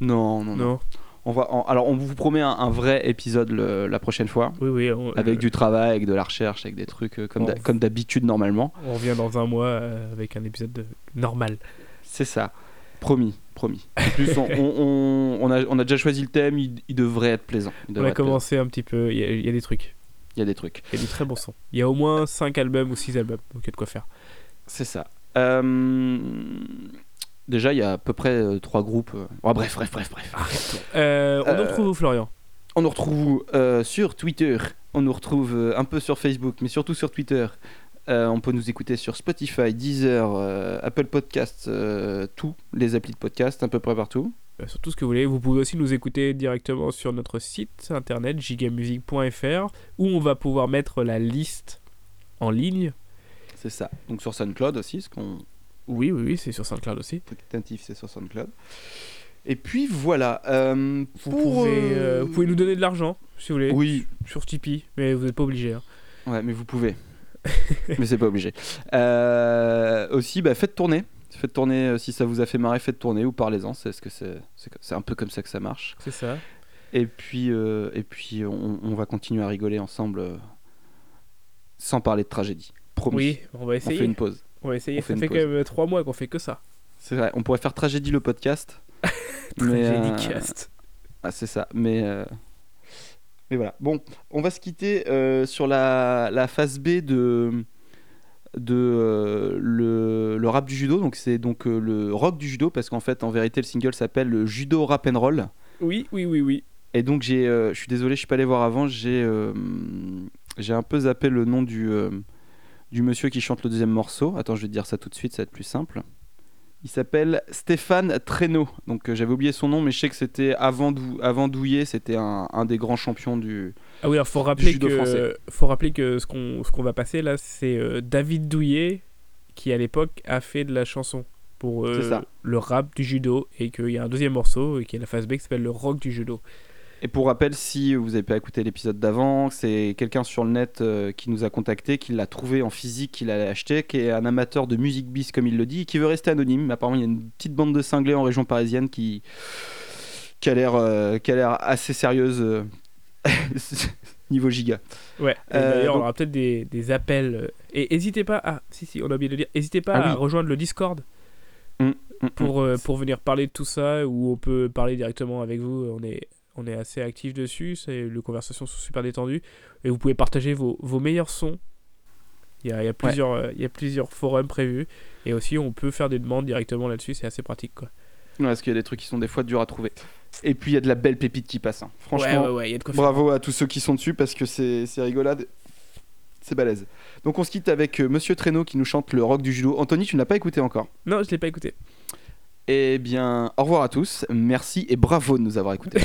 B: Non, non, non.
C: Non.
B: On va en- alors on vous promet un, un vrai épisode le- la prochaine fois
C: Oui, oui. On,
B: avec
C: euh,
B: du travail, avec de la recherche, avec des trucs euh, comme
C: Bon.
B: d'ha- comme d'habitude normalement.
C: On revient dans un mois euh, avec un épisode de- normal.
B: C'est ça. Promis, promis. En plus on, on- on- on a, on a déjà choisi le thème, il, il devrait être plaisant. Il
C: On
B: devrait
C: a
B: être plaisant.
C: commencé un petit peu. Il y, a- il y a des trucs.
B: Il y a des trucs.
C: Il y a du très bon son. Il y a au moins 5 albums ou 6 albums. Donc il y a de quoi faire.
B: C'est ça. Euh, Déjà, il y a à peu près euh, trois groupes. euh. Oh, bref, bref, bref, bref.
C: Euh, on nous
B: Euh,
C: retrouve où, Florian
B: On nous retrouve euh, sur Twitter. On nous retrouve euh, un peu sur Facebook, mais surtout sur Twitter. Euh, on peut nous écouter sur Spotify, Deezer, euh, Apple Podcasts, euh, tout, les applis de podcast, à peu près partout.
C: Euh, sur tout ce que vous voulez. Vous pouvez aussi nous écouter directement sur notre site internet gigamusic.fr où on va pouvoir mettre la liste en ligne.
B: C'est ça. Donc sur SoundCloud aussi, ce qu'on
C: Oui, oui, oui, c'est sur SoundCloud aussi.
B: tentatif, c'est sur SoundCloud. Et puis voilà. euh,
C: Vous,
B: pour,
C: pouvez,
B: euh,
C: euh, vous pouvez nous donner de l'argent si vous voulez
B: Oui,
C: sur Tipeee, mais vous n'êtes pas obligé. hein.
B: Ouais, mais vous pouvez. mais c'est pas obligé. Euh, aussi, bah, faites tourner. Faites tourner euh, si ça vous a fait marrer, faites tourner ou parlez-en. C'est ce que c'est. c'est que- C'est un peu comme ça que ça marche.
C: C'est ça.
B: Et puis, euh, et puis, on, on va continuer à rigoler ensemble, euh, sans parler de tragédie. Promis.
C: Oui, on va
B: on
C: essayer.
B: fait une pause.
C: On va essayer.
B: on fait
C: ça
B: une
C: fait
B: pause.
C: quand même 3 mois qu'on fait que ça.
B: C'est vrai. On pourrait faire tragédie le podcast. mais, euh,
C: Tragédicast.
B: ah, c'est ça. Mais. euh, Mais voilà. Bon, on va se quitter euh, sur la, la phase B de, de euh, le, le rap du judo. Donc c'est donc euh, le rock du judo parce qu'en fait en vérité le single s'appelle le judo rap and roll.
C: Oui, oui, oui, oui.
B: Et donc j'ai, euh, je suis désolé, je suis pas allé voir avant. J'ai euh, j'ai un peu zappé le nom du euh, du monsieur qui chante le deuxième morceau. Attends, je vais te dire ça tout de suite, ça va être plus simple. Il s'appelle Stéphane Traîneau. Donc euh, j'avais oublié son nom, mais je sais que c'était avant, Dou- avant Douillet, c'était un, un des grands champions du.
C: Ah oui, alors faut rappeler
B: judo
C: que
B: français.
C: faut rappeler que ce qu'on ce qu'on va passer là, c'est euh, David Douillet qui à l'époque a fait de la chanson pour euh,
B: C'est ça.
C: le rap du judo et qu'il y a un deuxième morceau et qui est la phase B qui s'appelle le rock du judo.
B: Et pour rappel, si vous n'avez pas écouté l'épisode d'avant, c'est quelqu'un sur le net euh, qui nous a contacté, qui l'a trouvé en physique, qui l'a acheté, qui est un amateur de musique bis comme il le dit, et qui veut rester anonyme. Apparemment, il y a une petite bande de cinglés en région parisienne qui, qui a l'air euh, qui a l'air assez sérieuse euh, niveau giga.
C: Ouais. et
B: Euh,
C: D'ailleurs, on
B: donc-
C: aura peut-être des, des appels euh, et n'hésitez pas à si si on a oublié de le dire, n'hésitez pas
B: Ah
C: à
B: oui.
C: rejoindre le Discord
B: Mm, mm,
C: pour euh, pour venir parler de tout ça où on peut parler directement avec vous. On est on est assez actif dessus. C'est les conversations sont super détendues et vous pouvez partager vos vos meilleurs sons Il y a, il y a plusieurs, euh, il y a plusieurs forums prévus. Et aussi, on peut faire des demandes directement là-dessus. C'est assez pratique, quoi.
B: mm. Ouais, parce qu'il y a des trucs qui sont des fois durs à trouver. Et puis il y a de la belle pépite qui passe. hein. Franchement,
C: ouais, ouais, ouais, il y a de quoi faire.
B: Bravo à tous ceux qui sont dessus parce que c'est c'est rigolade. C'est balèze. Donc on se quitte avec euh, Monsieur Traîneau qui nous chante le rock du judo. Anthony, tu ne l'as pas écouté encore.
C: Non, je l'ai pas écouté.
B: Eh bien, au revoir à tous. Merci et bravo de nous avoir écoutés.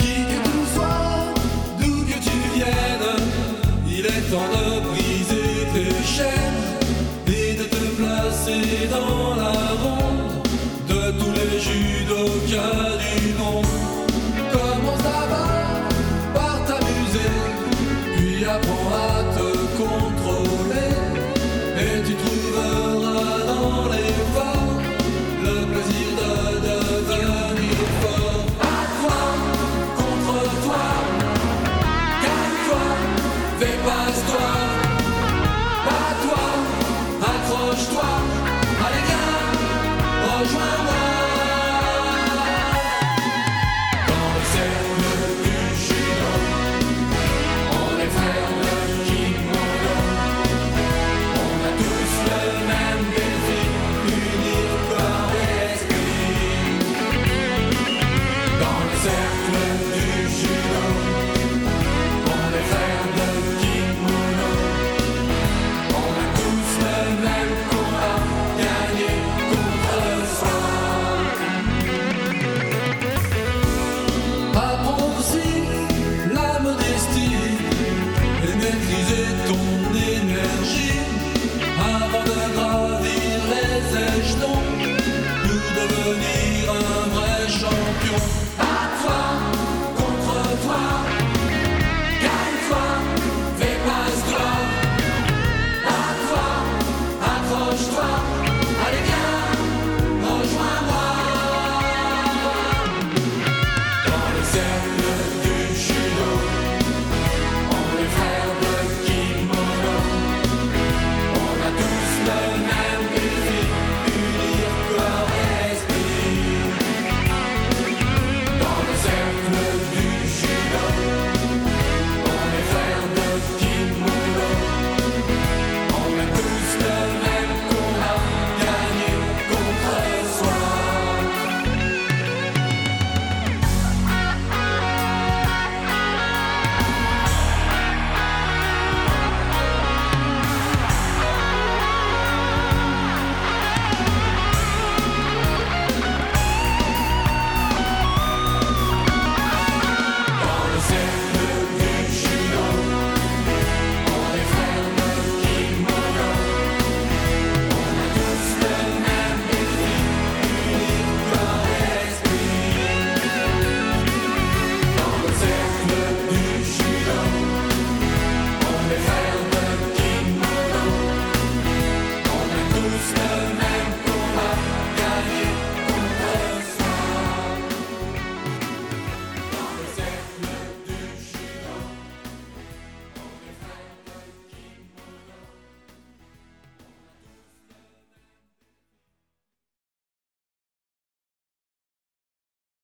P: Qui que tu sois,
Q: D'où que tu viennes, il est temps de briser tes chaînes et de te placer dans la ronde de tous les judokas du monde. Commence d'abord par t'amuser, puis apprends à te contrôler et tu trouveras dans les dépasse-toi